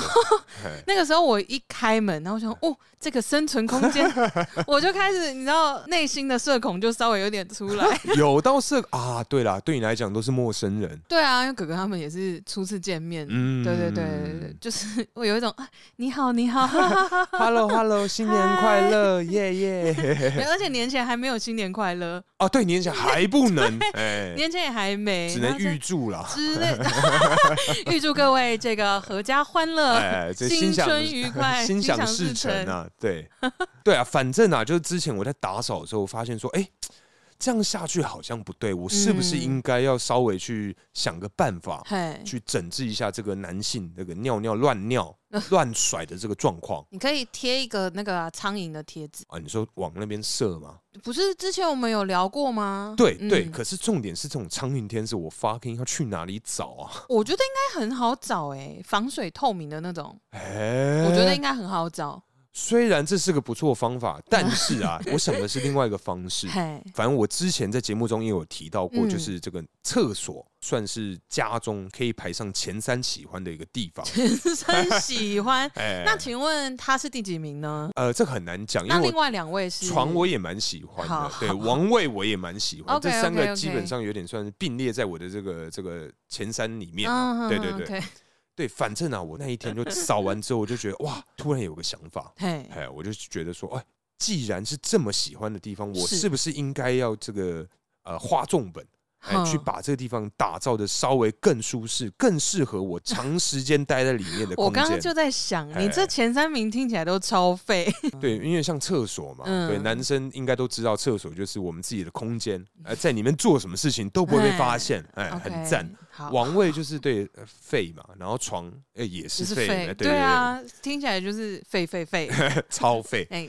Speaker 2: 哎
Speaker 3: 那个时候我一开门，然后我想，哦，这个生存空 间，我就开始，你知道，内心的社恐就稍微有点出 来。
Speaker 2: 有到是啊，对啦，对你来讲都是陌生 人，
Speaker 3: 对啊，因为哥哥他们也是初次见面，
Speaker 2: 嗯，
Speaker 3: 对对对对对，就是我有一种啊，你好你 好，哈哈哈哈
Speaker 2: Hello Hello，新年快乐，耶耶！
Speaker 3: 而且年前还没有新年快乐，
Speaker 2: 哦，对，年前还不 能，哎、
Speaker 3: 年前也还没，
Speaker 2: 只能
Speaker 3: 然后就
Speaker 2: 预祝 啦。
Speaker 3: 之类的，预祝各位这个阖家欢 乐，
Speaker 2: 哎，这心
Speaker 3: 新
Speaker 2: 想
Speaker 3: 春愉 快，
Speaker 2: 心想
Speaker 3: 事
Speaker 2: 事成！啊，对， 对啊，反正啊，就是之前我在打扫的时候发现说，哎、这样下去好像不对，我是不是
Speaker 3: 嗯
Speaker 2: 应该要稍微去想个办 法，
Speaker 3: 嘿，
Speaker 2: 去整治一下这个男性那个尿 尿乱尿乱甩的这个状况
Speaker 3: 你可以贴一个那个啊苍蝇的贴纸，
Speaker 2: 啊？你说往那边射吗？
Speaker 3: 不是之前我们有聊过吗？
Speaker 2: 对
Speaker 3: 嗯
Speaker 2: 对，可是重点是这种苍蝇天是我 fucking 要去哪里找 啊？
Speaker 3: 我觉得应该很好找哎、防水透明的那种，
Speaker 2: 哎，
Speaker 3: 我觉得应该很好找。
Speaker 2: 虽然这是个不错方法，但是啊，我想的是另外一个方式。
Speaker 3: 嘿，
Speaker 2: 反正我之前在节目中也有提到过，
Speaker 3: 嗯
Speaker 2: 就是这个厕所算是家中可以排上前三喜欢的一个地方。
Speaker 3: 真喜欢。
Speaker 2: 哎
Speaker 3: 那请问他是第几名呢？
Speaker 2: 呃，这个很难讲，因
Speaker 3: 那
Speaker 2: 为
Speaker 3: 另
Speaker 2: 我
Speaker 3: 外两位是
Speaker 2: 床我也蛮喜欢的
Speaker 3: 好，
Speaker 2: 对
Speaker 3: 好
Speaker 2: 王位我也蛮喜欢，这
Speaker 3: OK，OK，OK
Speaker 2: 三个基本上有点算是并列在我的这个这个前三里面啊。
Speaker 3: 嗯
Speaker 2: 对对对、
Speaker 3: ，OK，
Speaker 2: 对，反正啊，我那一天就扫完之后，我就觉得 哇，突然有个想法，
Speaker 3: 嘿，
Speaker 2: 哎，我就觉得说，哎，既然是这么喜欢的地方，我
Speaker 3: 是
Speaker 2: 是不是应该要这个呃花重本？哎，去
Speaker 3: 哼
Speaker 2: 把这个地方打造的稍微更舒适、更适合我长时间待在里面的
Speaker 3: 我
Speaker 2: 空
Speaker 3: 刚刚
Speaker 2: 间。
Speaker 3: 就在想，
Speaker 2: 哎
Speaker 3: 你这前三名听起来都超废，
Speaker 2: 对，因为像厕所嘛，
Speaker 3: 嗯
Speaker 2: 对，男生应该都知道，厕所就是我们自己的空间，呃，在里面做什么事情都不会被发现，哎，很
Speaker 3: OK，
Speaker 2: 赞。
Speaker 3: 好，
Speaker 2: 王位就是对呃肺嘛，然后床哎也
Speaker 3: 就是是
Speaker 2: 肺，哎
Speaker 3: 废，
Speaker 2: 对
Speaker 3: 对，啊，听起来就是废 废废，
Speaker 2: 对超肺。
Speaker 3: 哎，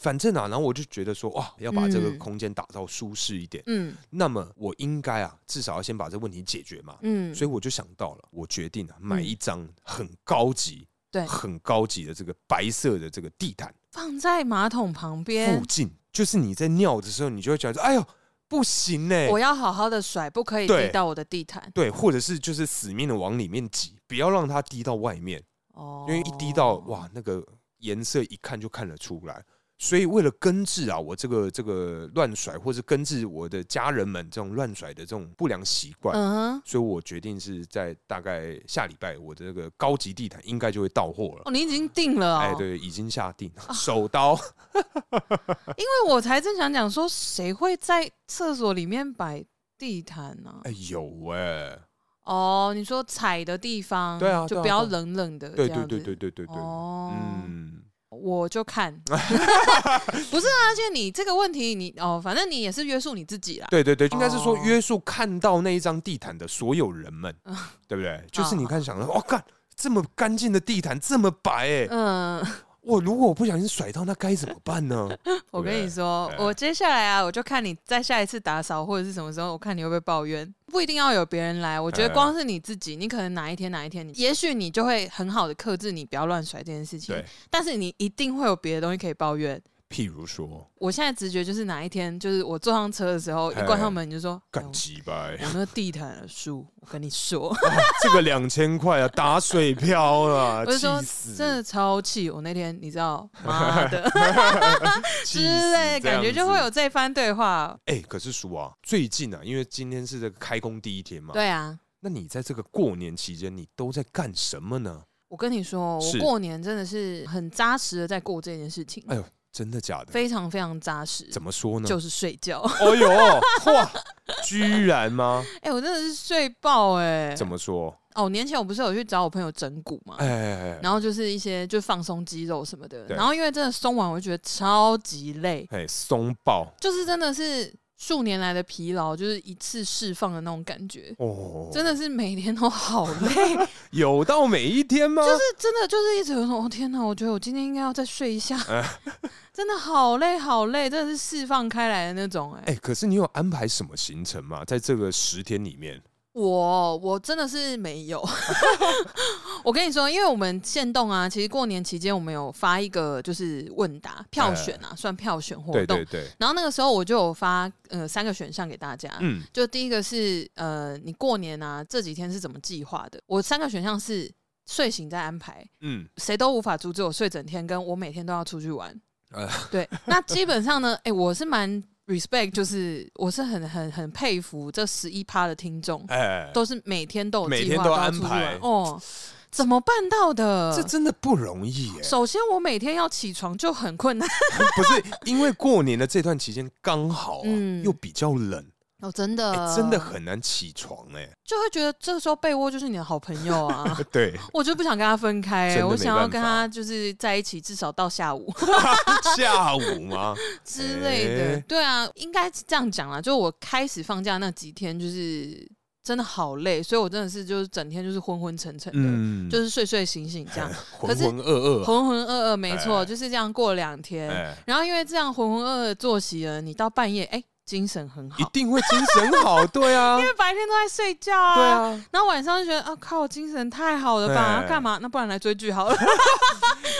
Speaker 2: 反正啊，然后我就觉得说，哇，要把这个
Speaker 3: 嗯
Speaker 2: 空间打造舒适一点，
Speaker 3: 嗯
Speaker 2: 那么我应该啊，至少要先把这问题解决嘛。
Speaker 3: 嗯，
Speaker 2: 所以我就想到了，我决定啊，买一张很高级、
Speaker 3: 对
Speaker 2: 很高级的这个白色的这个地毯
Speaker 3: 放在马桶旁边
Speaker 2: 附，近，就是你在尿的时候，你就会觉得，哎呦，不行呢、
Speaker 3: 我要好好的甩，不可以
Speaker 2: 对
Speaker 3: 滴到我的地毯。
Speaker 2: 对，或者是就是死命的往里面挤，不要让它滴到外面，
Speaker 3: 哦
Speaker 2: 因为一滴到，哇，那个颜色一看就看得出来。所以为了根治啊，我这个这个乱甩，或是根治我的家人们这种乱甩的这种不良习惯，
Speaker 3: 嗯哼，
Speaker 2: 所以我决定是在大概下礼拜，我的这个高级地毯应该就会到货了。
Speaker 3: 哦，你已经定了
Speaker 2: 哎，
Speaker 3: 哦，
Speaker 2: 对，已经下定， 手刀。
Speaker 3: 因为我才正想讲说，谁会在厕所里面摆地毯呢？
Speaker 2: 哎，有哎，
Speaker 3: 哦，你说踩的地方，
Speaker 2: 对啊
Speaker 3: 就
Speaker 2: 对啊
Speaker 3: 不要
Speaker 2: 对
Speaker 3: 冷冷的，
Speaker 2: 对
Speaker 3: 这
Speaker 2: 对
Speaker 3: 样
Speaker 2: 对
Speaker 3: 子
Speaker 2: 对对对对，
Speaker 3: 哦，
Speaker 2: 嗯，
Speaker 3: 我就 看，不是啊，而且你这个问题你，哦，反正你也是约束你自己啦。
Speaker 2: 对对对，应该是说
Speaker 3: 哦嗯
Speaker 2: 约束看到那一张地毯的所有人们，对不对？就是你看，想到哦，看这么干净的地毯，这么白，哎，
Speaker 3: 嗯，
Speaker 2: 我如果我不小心甩到，那该怎么办 呢？
Speaker 3: 我跟你说
Speaker 2: 对，
Speaker 3: 我接下来啊，我就看你在下一次打扫或者是什么时候，我看你会不会抱怨。不一定要有别人来，我觉
Speaker 2: 哎
Speaker 3: 得光是你自己，你可能哪一天哪一天，你也许你就会很好的克制你不要乱甩这件事情
Speaker 2: 对。，
Speaker 3: 但是你一定会有别的东西可以抱怨。
Speaker 2: 譬如说
Speaker 3: 我现在直觉就是哪一天，就是我坐上车的时候，一关上门你就说，哎
Speaker 2: 干
Speaker 3: 我
Speaker 2: 鸡掰，
Speaker 3: 我那个地毯的树，我跟你说，
Speaker 2: 这个两千块啊，打水漂了，
Speaker 3: 我就
Speaker 2: 啊气
Speaker 3: 说
Speaker 2: 死，
Speaker 3: 真的超气。我那天你知道， 妈的
Speaker 2: 气
Speaker 3: 之
Speaker 2: 死
Speaker 3: 类，
Speaker 2: 这样
Speaker 3: 感觉就会
Speaker 2: 子
Speaker 3: 有这番对话。
Speaker 2: 哎、可是叔啊，最近啊，因为今天是这个开工第一天嘛，
Speaker 3: 对啊，
Speaker 2: 那你在这个过年期间，你都在干什么呢？
Speaker 3: 我跟你说，我
Speaker 2: 是
Speaker 3: 过年真的是很扎实的在过这件事情，
Speaker 2: 哎呦，真的假的？
Speaker 3: 非常非常扎实。
Speaker 2: 怎么说呢？
Speaker 3: 就是睡觉，
Speaker 2: 哦呦，哇，居然吗？
Speaker 3: 哎、我真的是睡爆哎、
Speaker 2: 怎么说？
Speaker 3: 哦，年前我不是有去找我朋友整骨嘛，
Speaker 2: 哎哎，哎
Speaker 3: 然后就是一些就放松肌肉什么的，
Speaker 2: 对
Speaker 3: 然后因为真的松完，我就觉得超级累，
Speaker 2: 哎，松爆
Speaker 3: 就是真的是数年来的疲劳，就是一次释放的那种感觉，
Speaker 2: 哦，
Speaker 3: 真
Speaker 2: 的
Speaker 3: 的是每天都好累，
Speaker 2: 有到每一天吗？就是
Speaker 3: 这真的就是一直有种，哦天哪，我觉得我今天应该要再睡 一下，
Speaker 2: 嗯
Speaker 3: 真的好累好累，真的是释放开来的那种、哎、
Speaker 2: 哎、可是你有安排什么行程吗？在这个十天里面，
Speaker 3: 我我真的是没有， 我跟你说，因为我们限动啊，其实过年期间我们有发一个就是问答票选啊，算票选活
Speaker 2: 哎对
Speaker 3: 动啊
Speaker 2: 对，对，
Speaker 3: 然后那个时候我就有发呃三个选项给大家，
Speaker 2: 嗯，
Speaker 3: 就第一个是呃你过年啊这几天是怎么计划的？我三个选项是睡醒再安排，
Speaker 2: 嗯，
Speaker 3: 谁都无法阻止我睡整天，跟我每天都要出去玩。
Speaker 2: 呃
Speaker 3: 对，那基本上呢，哎、我是蛮 respect，就是我是很很很佩服这十一趴的听众，
Speaker 2: 哎，
Speaker 3: 都是每天都有
Speaker 2: 每
Speaker 3: 计
Speaker 2: 天
Speaker 3: 划
Speaker 2: 都
Speaker 3: 都要
Speaker 2: 安
Speaker 3: 出去
Speaker 2: 排
Speaker 3: 玩哦，怎么办到的
Speaker 2: 这？真的不容易耶、
Speaker 3: 首先，我每天要起床就很困难
Speaker 2: 不是因为过年的这段期间刚好啊，
Speaker 3: 嗯
Speaker 2: 又比较冷。
Speaker 3: 哦，真的、
Speaker 2: 欸、真的很难起床哎、
Speaker 3: 就会觉得这时候被窝就是你的好朋 友啊，
Speaker 2: 对，
Speaker 3: 我就不想跟他分开、
Speaker 2: 真的
Speaker 3: 我
Speaker 2: 没
Speaker 3: 想要跟
Speaker 2: 办法
Speaker 3: 他就是在一起，至少到下午
Speaker 2: 下午吗？
Speaker 3: 之类的。
Speaker 2: 哎
Speaker 3: 对啊，应该是这样讲啦。就我开始放假那几天，就是真的好累，所以我真的是就是整天就是昏昏沉沉的，
Speaker 2: 嗯，
Speaker 3: 就是睡睡醒醒 这样，
Speaker 2: 浑
Speaker 3: 是
Speaker 2: 浑噩噩啊。
Speaker 3: 浑浑噩噩，没错，
Speaker 2: 哎
Speaker 3: 就是这样过两天。
Speaker 2: 哎，
Speaker 3: 然后因为这样浑浑噩噩作息了，你到半夜哎、精神很
Speaker 2: 一
Speaker 3: 好，
Speaker 2: 定会精神好，对啊，
Speaker 3: 因为白天都在睡觉啊。
Speaker 2: 对啊。
Speaker 3: 然后晚上就觉得啊靠，精神太好了吧？
Speaker 2: 哎
Speaker 3: 干嘛？那不然来追剧 好了。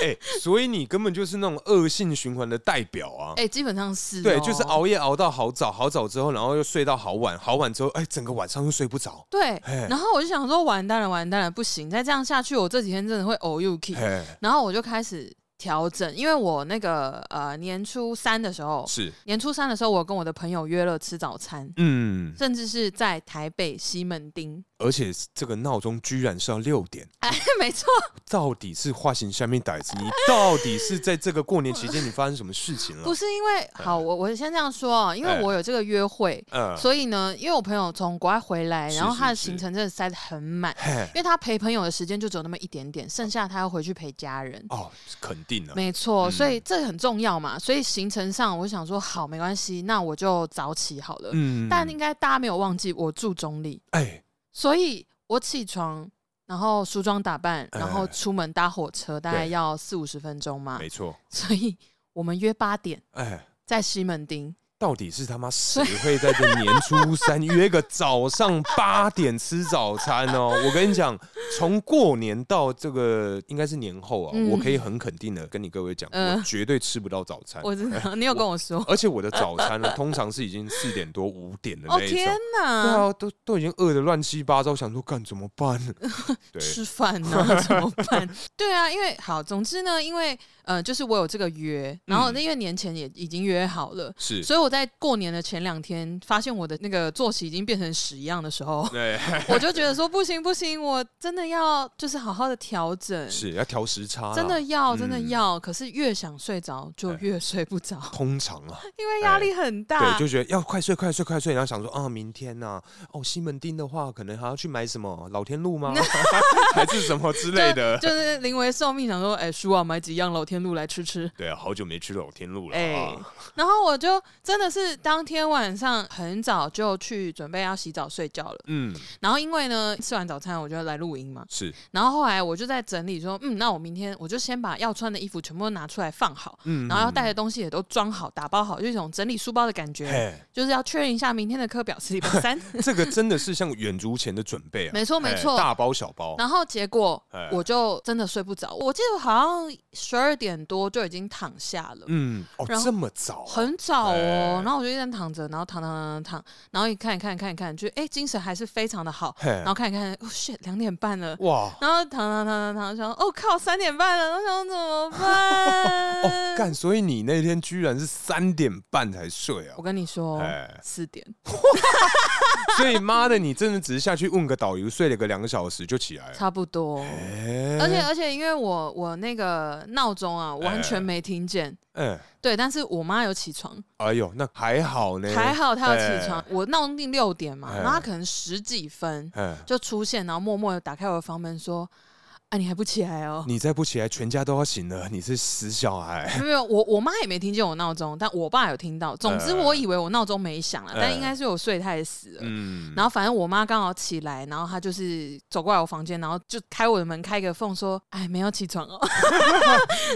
Speaker 2: 哎，所以你根本就是那种恶性循环的代表啊。
Speaker 3: 哎、基本上是、
Speaker 2: 对，就是。熬夜熬到好早，好早之后，然后又睡到好晚，好晚之后，哎，整个晚上又睡不着。
Speaker 3: 对，
Speaker 2: 哎
Speaker 3: 然后我就想说，完蛋了，完蛋了，不行，再这样下去，我这几天真的会偶有 k
Speaker 2: 哎，
Speaker 3: 然后我就开始调整，因为我那个呃年初三的时候，
Speaker 2: 是，
Speaker 3: 年初三的时候，我跟我的朋友约了吃早餐，
Speaker 2: 嗯，
Speaker 3: 甚至是在台北西门町。
Speaker 2: 而且这个闹钟居然是要六点，
Speaker 3: 哎， 没错，
Speaker 2: 到底是化形下面歹子？你到底是在这个过年期间你发生什么事情了
Speaker 3: 不？是因为好，我我先这样说啊，因为我有这个约会，
Speaker 2: 哎嗯，
Speaker 3: 所以呢，因为我朋友从国外回来，
Speaker 2: 是
Speaker 3: 然后他的
Speaker 2: 是是
Speaker 3: 行程真的塞得很满，
Speaker 2: 嘿
Speaker 3: 因为他陪朋友的时间就只有那么一点点，剩下他要回去陪家人。
Speaker 2: 哦，肯定了，
Speaker 3: 没错，
Speaker 2: 嗯
Speaker 3: 所以这很重要嘛。所以行程上，我想说好，没关系，那我就早起好了。
Speaker 2: 嗯
Speaker 3: 但应该大家没有忘记，我住中立，
Speaker 2: 哎，
Speaker 3: 所以我起床，然后梳妆打扮，
Speaker 2: 哎
Speaker 3: 然后出门搭火车，大概
Speaker 2: 对
Speaker 3: 要四五十分钟嘛。
Speaker 2: 没错，
Speaker 3: 所以我们约八点
Speaker 2: 哎。
Speaker 3: 在西门町，
Speaker 2: 到底是他妈谁会在这年初三约个早上八点吃早餐哦？ 我跟你讲，从过年到这个应该是年后啊，
Speaker 3: 嗯
Speaker 2: 我可以很肯定的跟你各位讲，
Speaker 3: 嗯
Speaker 2: 我绝对吃不到早餐。
Speaker 3: 我知道你有跟我说。
Speaker 2: 而且我的早餐呢，通常是已经四点多五点的
Speaker 3: 哦
Speaker 2: 那一
Speaker 3: 天
Speaker 2: 种。对
Speaker 3: 哪！
Speaker 2: 啊，都都已经饿得乱七八糟，想说干怎么办？ 对，
Speaker 3: 吃饭呢、怎么办？ 对啊，因为好，总之呢，因为呃，就是我有这个约，然后
Speaker 2: 嗯
Speaker 3: 那因为年前也已经约好了，
Speaker 2: 是，，
Speaker 3: 所以我在过年的前两天发现我的那个作息已经变成屎一样的时候
Speaker 2: 对，
Speaker 3: 我就觉得说不行不行，我真的要就是好好的调整，
Speaker 2: 是要调时差啦，啊
Speaker 3: 真的要真的
Speaker 2: 嗯
Speaker 3: 要。可是越想睡着就越睡不着，
Speaker 2: 通常啊，
Speaker 3: 因为压力很大。
Speaker 2: 对，就觉得要快睡快睡快睡，然后想说啊，明天呐、哦，西门町的话，可能还要去买什么老天路吗？ 还是什么之类的？
Speaker 3: 就是临危受命，想说，哎、叔啊，买几样老天禄来吃吃。
Speaker 2: 对啊，好久没吃老天路了、
Speaker 3: 哎、
Speaker 2: 啊。
Speaker 3: 然后我就真的是当天晚上很早就去准备要洗澡睡觉了。
Speaker 2: 嗯，
Speaker 3: 然后因为呢，吃完早餐我就来录音嘛，
Speaker 2: 是，
Speaker 3: 然后后来我就在整理说，嗯，那我明天我就先把要穿的衣服全部都拿出来放好，
Speaker 2: 嗯，
Speaker 3: 然后要带的东西也都装好、打包好，就一种整理书包的感觉，
Speaker 2: 嘿，
Speaker 3: 就是要确认一下明天的课表是礼拜三。
Speaker 2: 这个真的是像远足前的准备啊，
Speaker 3: 没错没
Speaker 2: 嘿
Speaker 3: 错
Speaker 2: 大包小包，
Speaker 3: 然后结果
Speaker 2: 哎
Speaker 3: 我就真的睡不着，我记得我好像十二点多就已经躺下了。
Speaker 2: 嗯，哦，
Speaker 3: 然后
Speaker 2: 这么早啊、
Speaker 3: 很早哦
Speaker 2: 哎，
Speaker 3: 然后我就一直在躺着，然后躺躺躺躺躺，然后一看一看一看一看，就哎、精神还是非常的好，
Speaker 2: 嘿
Speaker 3: 然后看一看，哦 shit 两点半了，
Speaker 2: 哇，
Speaker 3: 然后躺躺躺躺躺，想哦靠三点半了，我想怎么办？
Speaker 2: 哦，干，所以你那天居然是三点半才睡啊
Speaker 3: 我？跟你说
Speaker 2: 哎
Speaker 3: 四点，
Speaker 2: 所以妈的，你真的只是下去问个导游，睡了个两个小时就起来了。
Speaker 3: 差不多。
Speaker 2: 哎
Speaker 3: 而且而且，因为我我那个闹钟啊，完全没听见。
Speaker 2: 嗯，
Speaker 3: 对，但是我妈有起床，
Speaker 2: 哎呦，那还好呢，
Speaker 3: 还好她有起床。我闹钟定六点嘛，
Speaker 2: 哎
Speaker 3: 然后她可能十几分
Speaker 2: 哎。
Speaker 3: 就出现，然后默默的打开我的房门说：“啊，你还不起来哦
Speaker 2: 你再不起来，全家都要醒了。你是死小？”孩，
Speaker 3: 没有没有，我我妈也没听见我闹钟，但我爸有听到。总之，
Speaker 2: 哎
Speaker 3: 我以为我闹钟没响了，但应该是我睡太死了。
Speaker 2: 嗯，
Speaker 3: 然后反正我妈刚好起来，然后她就是走过来我房间，然后就开我的门开个缝说：“哎，没有起床哦。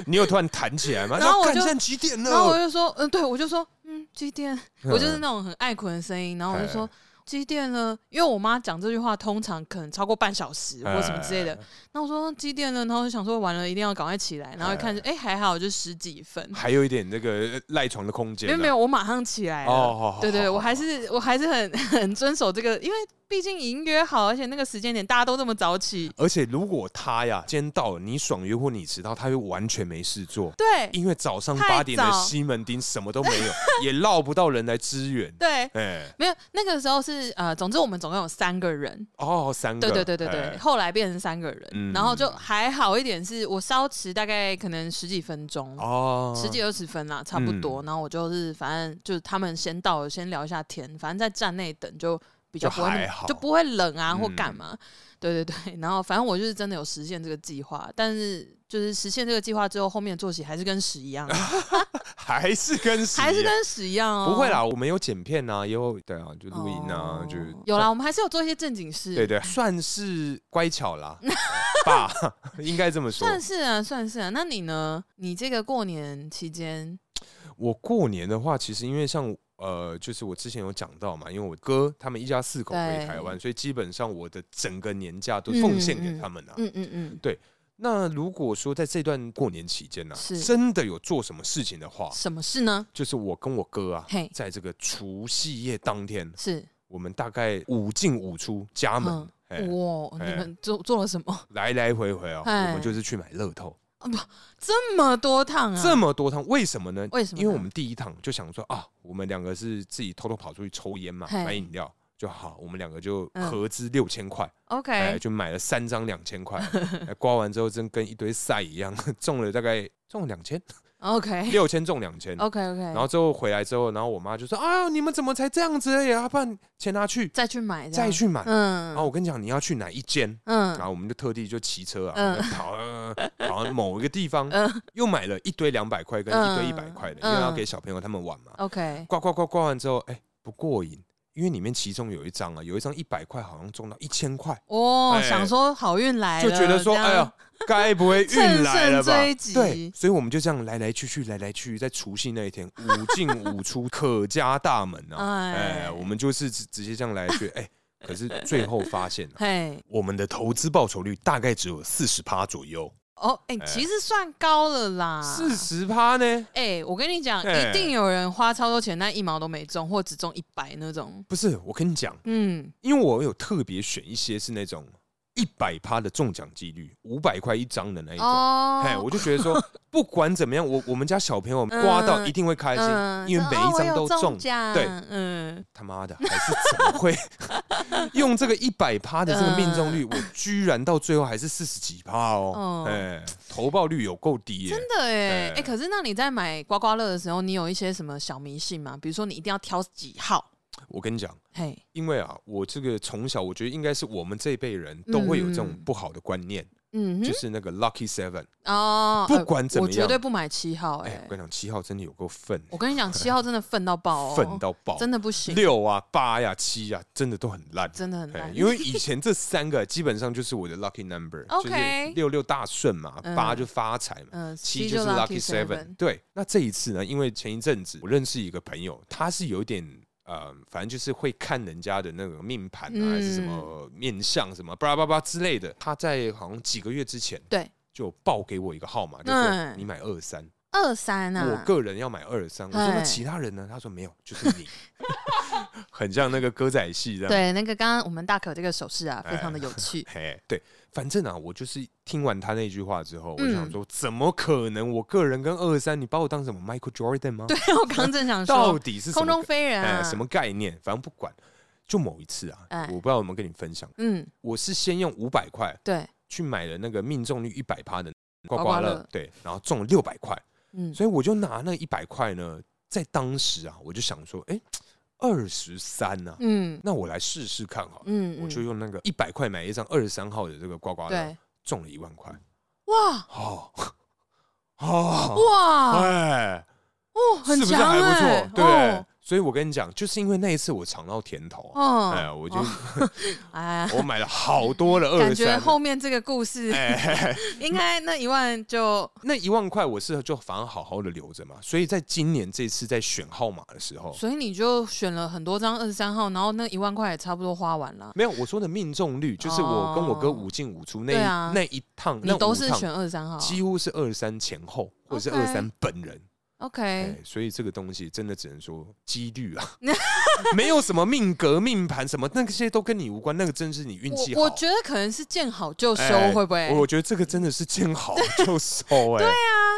Speaker 2: 你有突然弹起来吗？
Speaker 3: 然后我
Speaker 2: 那干
Speaker 3: 就
Speaker 2: 现在几点”
Speaker 3: 然后我
Speaker 2: 了？
Speaker 3: 就说：“嗯，对，我就说，嗯，几点？”
Speaker 2: 嗯 哎
Speaker 3: 我就是那种很爱困的声音，然后我就说。几点了？因为我妈讲这句话通常可能超过半小时或什么之
Speaker 2: 哎
Speaker 3: 类的。那我说几点了？然后我就想说完了，一定要赶快起来。然后一看，哎、还好，就十几分。
Speaker 2: 还有一点那个赖床的空间
Speaker 3: 没
Speaker 2: 啊。
Speaker 3: 有没有，我马上起来了。
Speaker 2: 哦，好好，
Speaker 3: 对对，
Speaker 2: 好
Speaker 3: 我还
Speaker 2: 好
Speaker 3: 是我还是很 很遵守这个，因为毕竟已经约好，而且那个时间点大家都这么早起。
Speaker 2: 而且如果他呀，今天到了你爽约或你迟到，他又完全没事做，
Speaker 3: 对
Speaker 2: 因为早上
Speaker 3: 太
Speaker 2: 八点的
Speaker 3: 早
Speaker 2: 西门町什么都没有，也捞不到人来支援。
Speaker 3: 对，
Speaker 2: 哎，
Speaker 3: 没有那个时候是呃，总之我们总共有三个人，
Speaker 2: 哦，三个，
Speaker 3: 对对对对对，
Speaker 2: 哎，
Speaker 3: 后来变成三个人，
Speaker 2: 嗯
Speaker 3: 然后就还好一点是，我稍迟大概可能十几分钟。
Speaker 2: 哦，嗯
Speaker 3: 十几二十分啦，差不多。然后我就是，反正就是他们先到了，先聊一下天。反正在站内等就比较
Speaker 2: 就
Speaker 3: 不会那么
Speaker 2: 还好
Speaker 3: 就不会冷啊
Speaker 2: 嗯
Speaker 3: 或干嘛。对对对。然后反正我就是真的有实现这个计划，但是就是实现这个计划之后，后面的作息还是跟屎一 样，
Speaker 2: 还是跟十
Speaker 3: 还是
Speaker 2: 一样
Speaker 3: 跟屎一样哦。
Speaker 2: 啊不会啦，我们有剪片啊，也有对啊，就录音啊，
Speaker 3: 哦
Speaker 2: 就是
Speaker 3: 有啦。我们还是有做一些正经事，
Speaker 2: 对对，算是乖巧 啦，爸应该这么说。
Speaker 3: 算是啊，算是啊。那你呢？你这个过年期间，
Speaker 2: 我过年的话，其实因为像呃，就是我之前有讲到嘛，因为我哥他们一家四口回
Speaker 3: 对
Speaker 2: 台湾，所以基本上我的整个年假都奉献给他们啊。
Speaker 3: 嗯嗯嗯，
Speaker 2: 那如果说在这段过年期间呢、
Speaker 3: 是
Speaker 2: 真的有做什么事情的话，
Speaker 3: 什么事呢？
Speaker 2: 就是我跟我哥啊
Speaker 3: 嘿，
Speaker 2: 在这个除夕夜当天，
Speaker 3: 是
Speaker 2: 我们大概五进五出家门
Speaker 3: 嗯，
Speaker 2: 哎、
Speaker 3: 哇，
Speaker 2: 哎
Speaker 3: 你们做做了什么？
Speaker 2: 来来回回啊、
Speaker 3: 哎
Speaker 2: 我们就是去买乐透。
Speaker 3: 这么多趟啊？
Speaker 2: 这么多趟，为什么呢？
Speaker 3: 为什么呢
Speaker 2: 因为我们第一趟就想说啊，我们两个是自己偷偷跑出去抽烟嘛，
Speaker 3: 嘿
Speaker 2: 买饮料，就好，我们两个就
Speaker 3: 嗯
Speaker 2: 合资六千块，哎，
Speaker 3: OK，
Speaker 2: 就买了三张两千块，哎刮完之后真跟一堆赛一样， 中了大概中了两 千，
Speaker 3: OK
Speaker 2: 六千中两千，
Speaker 3: OK OK，
Speaker 2: 然后之后回来之后，然后我妈就说：“啊，你们怎么才这样子而已啊？不然钱拿去
Speaker 3: 再去买，
Speaker 2: 再，去买。”
Speaker 3: 嗯，
Speaker 2: 然后我跟你讲，你要去哪一间？
Speaker 3: 嗯
Speaker 2: 然后我们就特地就骑车啊，
Speaker 3: 嗯
Speaker 2: 我们跑啊跑到某一个地方，
Speaker 3: 嗯
Speaker 2: 又买了一堆两百块跟一堆一百块的，因
Speaker 3: 嗯
Speaker 2: 为要给小朋友他们玩嘛。
Speaker 3: ，OK，
Speaker 2: 刮刮刮刮完之后，哎，不过瘾，因为里面其中有一张啊，有一张一百块好像中到一千块，
Speaker 3: 哦，
Speaker 2: 哎
Speaker 3: 想说好运来了，
Speaker 2: 就觉得说，
Speaker 3: 这样
Speaker 2: 哎呀，，该不会运来了吧
Speaker 3: 乘胜追击？
Speaker 2: 对，所以我们就这样来来去去，来来去去，在除夕那一天，五进五出，可家大门啊！哎，
Speaker 3: 哎，
Speaker 2: 我们就是直直接这样来来去，哎，可是最后发现啊，
Speaker 3: 嘿，
Speaker 2: 我们的投资报酬率大概只有四十趴左右，
Speaker 3: 哦，哎，
Speaker 2: 哎
Speaker 3: 其实算高了啦，
Speaker 2: 四十趴呢？
Speaker 3: 哎、我跟你讲，
Speaker 2: 哎
Speaker 3: 一定有人花超多钱，但一毛都没中，或只中一百那种。
Speaker 2: 不是，我跟你讲，
Speaker 3: 嗯，
Speaker 2: 因为我有特别选一些是那种一百趴的中奖几率，五百块一张的那一种。
Speaker 3: 哦
Speaker 2: 哎，我就觉得说， 不管怎么样，我我们家小朋友刮到
Speaker 3: 嗯
Speaker 2: 一定会开心，
Speaker 3: 嗯
Speaker 2: 因为
Speaker 3: 说
Speaker 2: 每
Speaker 3: 哦
Speaker 2: 一
Speaker 3: 我
Speaker 2: 张
Speaker 3: 有
Speaker 2: 都
Speaker 3: 中
Speaker 2: 中。
Speaker 3: 奖，
Speaker 2: 对
Speaker 3: 嗯，
Speaker 2: 他妈的，还是怎么 会用这个一百趴的这个命中率，我居然到最后还是四十几趴哦
Speaker 3: 嗯哦！
Speaker 2: 哎，投报率有够低耶
Speaker 3: 真！的哎
Speaker 2: 哎，
Speaker 3: 哎，可是那你在买刮刮乐的时候，你有一些什么小迷信吗？比如说你一定要挑几号？
Speaker 2: 我跟你讲，
Speaker 3: 嘿，
Speaker 2: 因为啊，我这个从小我觉得应该是我们这一辈人都会有这种
Speaker 3: 嗯
Speaker 2: 不好的观念，
Speaker 3: 嗯
Speaker 2: 就
Speaker 3: 哼，
Speaker 2: 是那个 lucky seven。
Speaker 3: 哦，
Speaker 2: 不
Speaker 3: 呃
Speaker 2: 管怎么
Speaker 3: 我绝
Speaker 2: 样
Speaker 3: 对不买七号
Speaker 2: 哎，
Speaker 3: 哎
Speaker 2: 我。跟你讲，七号真的有够愤，
Speaker 3: 我跟你讲，七号真的愤到爆哦，
Speaker 2: 愤到爆，
Speaker 3: 真的不行，
Speaker 2: 六啊、八呀、七呀，真的都很烂。
Speaker 3: 真的很
Speaker 2: 哎，
Speaker 3: 烂，
Speaker 2: 因为以前这三个基本上就是我的 lucky number，就
Speaker 3: OK
Speaker 2: 是六六大顺嘛，
Speaker 3: 嗯
Speaker 2: 八就发财嘛，
Speaker 3: 嗯，
Speaker 2: 七
Speaker 3: 就
Speaker 2: 就是 lucky seven
Speaker 3: seven，。
Speaker 2: 对，那这一次呢，因为前一阵子我认识一个朋友，他是有一点呃，反正就是会看人家的那个命盘啊，
Speaker 3: 嗯
Speaker 2: 还是什么面相什么巴拉巴拉之类的。他在好像几个月之前
Speaker 3: 对，
Speaker 2: 就报给我一个号码，就说
Speaker 3: 嗯
Speaker 2: 你买二三，
Speaker 3: 二三啊，
Speaker 2: 我个人要买二三。我说那
Speaker 3: 嗨
Speaker 2: 其他人呢？他说没有，就是你， 很像那个歌仔戏这样。。
Speaker 3: 对，那个刚刚我们大可这个手势啊，非常的有趣
Speaker 2: 嘿，对，反正啊，我就是听完他那句话之后，我
Speaker 3: 嗯
Speaker 2: 想说，怎么可能？我个人跟二三，你把我当什么 Michael Jordan 吗？
Speaker 3: 对， 我刚正 想
Speaker 2: 哎到
Speaker 3: 说，
Speaker 2: 底是什
Speaker 3: 空
Speaker 2: 么
Speaker 3: 中
Speaker 2: 概？
Speaker 3: 飞人
Speaker 2: 哎，
Speaker 3: 啊，
Speaker 2: 什么？概念？反正不管。就某一次啊，
Speaker 3: 哎
Speaker 2: 我不知道有没有跟你分享，
Speaker 3: 嗯，
Speaker 2: 我是先用五百块
Speaker 3: 对，
Speaker 2: 去买了那个命中率一百趴的刮
Speaker 3: 刮
Speaker 2: 刮
Speaker 3: 刮
Speaker 2: 乐
Speaker 3: 乐，
Speaker 2: 对，然后中了六百块，
Speaker 3: 嗯，
Speaker 2: 所以我就拿那一百块呢，在当时啊，我就想说，哎，二十三呢，
Speaker 3: 嗯
Speaker 2: 那我来试试看好了，
Speaker 3: 嗯，
Speaker 2: 我就
Speaker 3: 嗯
Speaker 2: 用那个一百块买一张二十三号的这个刮刮乐，
Speaker 3: 对，嗯
Speaker 2: 中了一万块，
Speaker 3: 哇
Speaker 2: 哦哦，
Speaker 3: 哇
Speaker 2: 哎，
Speaker 3: 哦，很
Speaker 2: 是不是
Speaker 3: 强
Speaker 2: 还
Speaker 3: 哎
Speaker 2: 不错？，对，所以我跟你讲，就是因为那一次我尝到甜头啊，
Speaker 3: 哦，
Speaker 2: 哎，我就
Speaker 3: 哦哎，
Speaker 2: 我买了好多 的二
Speaker 3: 感觉
Speaker 2: 三，
Speaker 3: 后面这个故事
Speaker 2: 哎，哦
Speaker 3: 应该那一万 就
Speaker 2: 那一万块我是就反而好好的留着嘛，所以在今年这次在选号码的时候，
Speaker 3: 所以你就选了很多张二十三号，然后那一万块也差不多花完了。
Speaker 2: 没有我说的命中率，就是我跟我哥五进五出那
Speaker 3: 哦对啊
Speaker 2: 一那一趟，
Speaker 3: 你
Speaker 2: 那
Speaker 3: 都
Speaker 2: 五
Speaker 3: 是选
Speaker 2: 趟
Speaker 3: 二十三号
Speaker 2: 几乎是二三前后，或者是
Speaker 3: OK
Speaker 2: 二三本人，哎
Speaker 3: ，OK，，
Speaker 2: 所以这个东西真的只能说几率 啊，没有什么命格、命盘什么那些都跟你无关，那个真是你运气好。
Speaker 3: 我我觉得可能是见好就收
Speaker 2: 哎，
Speaker 3: 会不会？
Speaker 2: 我觉得这个真的是见好就 收，哎，对啊，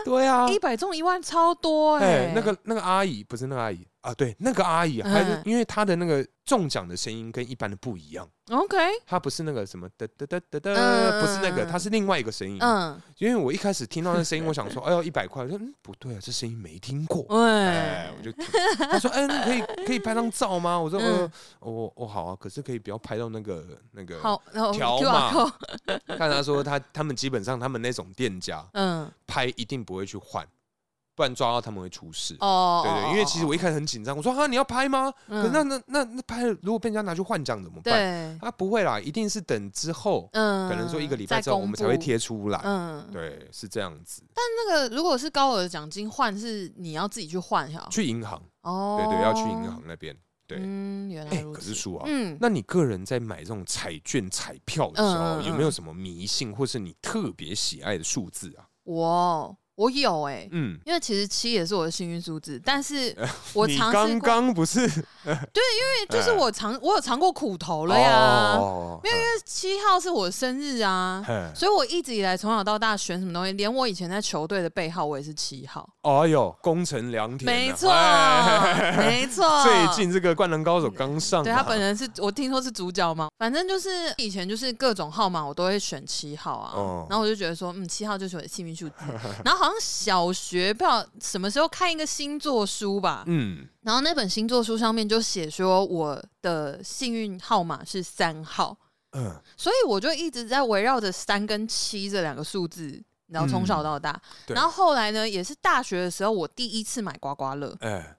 Speaker 2: 对啊，
Speaker 3: 一百中一万超多哎、
Speaker 2: 哎，那个那个阿姨不是那个阿姨啊，对，那个阿姨啊，
Speaker 3: 嗯
Speaker 2: 她就因为她的那个中奖的声音跟一般的不一样，
Speaker 3: OK，
Speaker 2: 她不是那个什么哒哒哒哒哒，
Speaker 3: 嗯
Speaker 2: 不是那个，她是另外一个声音。
Speaker 3: 嗯，
Speaker 2: 因为我一开始听到那声音，我想说，哎 呦，一百块，我说嗯不对啊，这声音没听过。哎
Speaker 3: 嗯喂，，
Speaker 2: 我就 听他说，哎，那可以可以拍张照吗？我说，
Speaker 3: 嗯
Speaker 2: 呃，我我好啊，可是可以不要拍到那个那个。
Speaker 3: 好，然后
Speaker 2: 条
Speaker 3: QR
Speaker 2: 码
Speaker 3: code，
Speaker 2: 看他说他他们基本上他们那种店家
Speaker 3: 嗯，
Speaker 2: 拍一定不会去换，不然抓到他们会出事。
Speaker 3: 哦，
Speaker 2: 对对，因为其实我一开始很紧张，我说啊你要拍吗？可是
Speaker 3: 嗯
Speaker 2: 那那那那拍了，如果被人家拿去换奖怎么办？
Speaker 3: 对，
Speaker 2: 啊不会啦，一定是等之后，
Speaker 3: 嗯，
Speaker 2: 可能说一个礼拜
Speaker 3: 再
Speaker 2: 之后我
Speaker 3: 公
Speaker 2: 们才会
Speaker 3: 布，
Speaker 2: 贴出来。
Speaker 3: 嗯，
Speaker 2: 对，是这样子。
Speaker 3: 那个如果是高额的奖金换，是你要自己去换哈，
Speaker 2: 去银行，
Speaker 3: 哦，
Speaker 2: 对对，要去银行，那边。对，
Speaker 3: 嗯，原来
Speaker 2: 哎，
Speaker 3: 如
Speaker 2: 可是，
Speaker 3: 此
Speaker 2: 叔啊，
Speaker 3: 嗯，
Speaker 2: 那你个人在买这种彩券、彩票的时候，
Speaker 3: 嗯嗯嗯
Speaker 2: 有没有什么迷信，或是你特别喜爱的数字啊？
Speaker 3: 我我有哎、
Speaker 2: 嗯，
Speaker 3: 因为其实七也是我的幸运数字，但是 我
Speaker 2: 你
Speaker 3: 尝
Speaker 2: 刚
Speaker 3: 试过，
Speaker 2: 刚不是
Speaker 3: 对，就是我尝我有尝过苦头了呀。
Speaker 2: 哦，没有
Speaker 3: 七号是我生日啊，
Speaker 2: 嗯
Speaker 3: 所以我一直以来从小到大选什么东西，连我以前在球队的背号我也是七号，
Speaker 2: 哦哟，功成良田啊，
Speaker 3: 没错
Speaker 2: 哎，
Speaker 3: 没错。
Speaker 2: 最近这个《灌篮高手》刚上嘛，啊
Speaker 3: 对他本人是我听说是主角嘛，反正就是以前就是各种号码我都会选七号啊，
Speaker 2: 哦
Speaker 3: 然后我就觉得说，嗯，七号就是我的幸运数字。然后好像小学不知道什么时候看一个星座书吧，
Speaker 2: 嗯，
Speaker 3: 然后那本星座书上面就写说我的幸运号码是三号，
Speaker 2: 嗯
Speaker 3: 所以我就一直在围绕着三跟七这两个数字。然后从小到大，
Speaker 2: 嗯对
Speaker 3: 然后后来呢，也是大学的时候，我第一次买刮刮乐，
Speaker 2: 哎，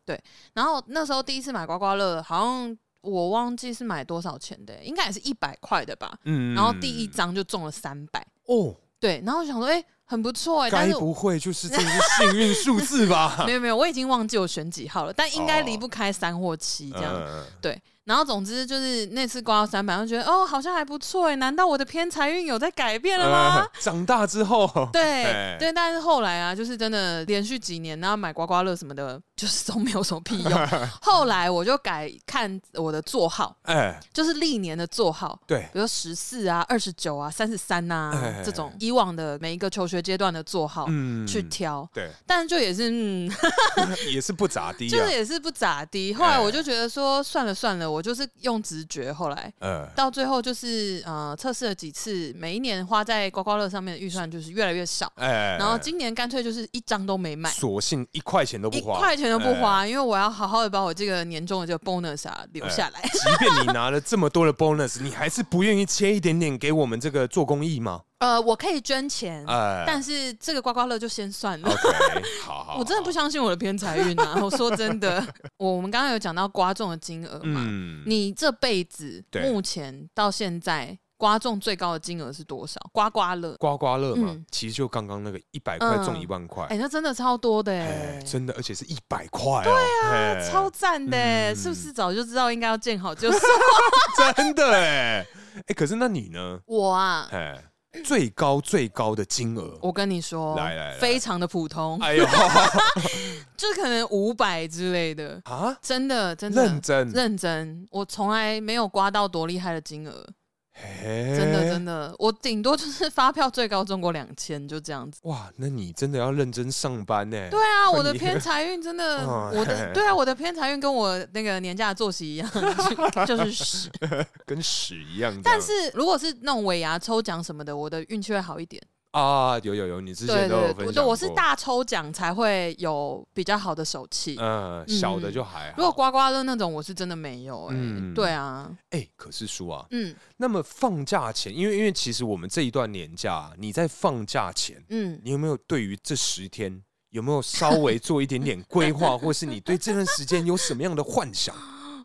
Speaker 3: 然后那时候第一次买刮刮乐，好像我忘记是买多少钱的、欸应该也是一百块的吧。
Speaker 2: 嗯，
Speaker 3: 然后第一张就中了三百，
Speaker 2: 哦，
Speaker 3: 对，然后我想说，哎、很不错哎、但
Speaker 2: 该
Speaker 3: 是我
Speaker 2: 不会就是这是幸运数字吧？
Speaker 3: 没有没有，我已经忘记我选几号了，但应该离不开三或七这样。
Speaker 2: 哦嗯
Speaker 3: 对，然后总之就是那次刮到三百，我就觉得哦，好像还不错哎，难道我的偏财运有在改变了吗？
Speaker 2: 呃 长大之后，哎
Speaker 3: 对对，但是后来啊，就是真的连续几年，然后买刮刮乐什么的，就是都没有什么屁 用。后来我就改看我的座号，
Speaker 2: 哎，
Speaker 3: 就是历年的座号，
Speaker 2: 对，
Speaker 3: 比如十四啊、二十九啊、三十三呐、
Speaker 2: 哎哎哎
Speaker 3: 这种以往的每一个求学阶段的座号、
Speaker 2: 嗯
Speaker 3: 哦去挑，
Speaker 2: 对，
Speaker 3: 但是就也是嗯，
Speaker 2: 也是不咋地
Speaker 3: 就
Speaker 2: 啊
Speaker 3: 是，也是不咋地。后
Speaker 2: 哎
Speaker 3: 来我就觉得说，算了算了，我就是用直觉。后来
Speaker 2: 呃，
Speaker 3: 到最后就是呃，测试了几次，每一年花在刮刮乐上面的预算就是越来越少，
Speaker 2: 哎，
Speaker 3: 然后今年干脆就是一张都没买。
Speaker 2: 索性一块钱都不
Speaker 3: 一
Speaker 2: 花，
Speaker 3: 块钱都 不
Speaker 2: 哎
Speaker 3: 花，因为我要好好的把我这个年终的这个 bonus 啊
Speaker 2: 哎
Speaker 3: 留下来。
Speaker 2: 即便你拿了这么多的 bonus，你还是不愿意切一点点给我们这个做公益吗？
Speaker 3: 呃，我可以捐钱，
Speaker 2: 哎，
Speaker 3: 嗯
Speaker 2: 哦
Speaker 3: 但是这个刮刮乐就先算了。
Speaker 2: OK，好好，
Speaker 3: 我真的不
Speaker 2: 想，
Speaker 3: 相信我的偏财 运啊！我说真的，我我们刚刚有讲到刮中的金额嘛，
Speaker 2: 嗯，
Speaker 3: 你这辈子
Speaker 2: 对
Speaker 3: 目前到现在刮中最高的金额是多少？刮刮乐，
Speaker 2: 刮刮乐嘛，
Speaker 3: 嗯
Speaker 2: 其实就刚刚那个一百块中
Speaker 3: 嗯
Speaker 2: 一万块，
Speaker 3: 哎、那真的超多的
Speaker 2: 哎
Speaker 3: 哎、
Speaker 2: 真的，而且是一百块哦，对啊
Speaker 3: 超赞的、哎
Speaker 2: 嗯
Speaker 3: 是不是早就知道应该要见好就收？
Speaker 2: 真的哎，哎，可是那你呢？
Speaker 3: 我啊，
Speaker 2: 哎，最高最高的金额，
Speaker 3: 我跟你说，
Speaker 2: 来来来
Speaker 3: 非常的普通，
Speaker 2: 哎呦
Speaker 3: 就可能五百之类的，
Speaker 2: 啊，
Speaker 3: 真的真的
Speaker 2: 认真，
Speaker 3: 认真，我从来没有刮到多厉害的金额。
Speaker 2: 真
Speaker 3: 真的真的，我顶多就是发票最高中过两千，就这样子。
Speaker 2: 哇，那你真的要认真上班欸呢？
Speaker 3: 对 啊，我的
Speaker 2: 你
Speaker 3: 偏财运真 的，
Speaker 2: 哦
Speaker 3: 我的对啊，我的偏财运跟我那个年假作息一 样，就就是屎。
Speaker 2: 跟屎一样这样。
Speaker 3: 但是如果是那种尾牙抽奖什么的，我的运气会好一点。
Speaker 2: 啊，有有有，你之
Speaker 3: 对
Speaker 2: 前都有
Speaker 3: 对
Speaker 2: 分享
Speaker 3: 对，对我是
Speaker 2: 过，
Speaker 3: 大抽奖才会有比较好的手气。
Speaker 2: 嗯，小的
Speaker 3: 嗯
Speaker 2: 就还好。
Speaker 3: 如果刮刮乐那种，我是真的没有哎、
Speaker 2: 嗯
Speaker 3: 对啊，
Speaker 2: 哎、可是叔啊，
Speaker 3: 嗯
Speaker 2: 那么放假前，因为因为其实我们这一段年假啊，你在放假前，
Speaker 3: 嗯，
Speaker 2: 你有没有对于这十天有没有稍微做一点点规 划，或是你对这段时间有什么样的幻想？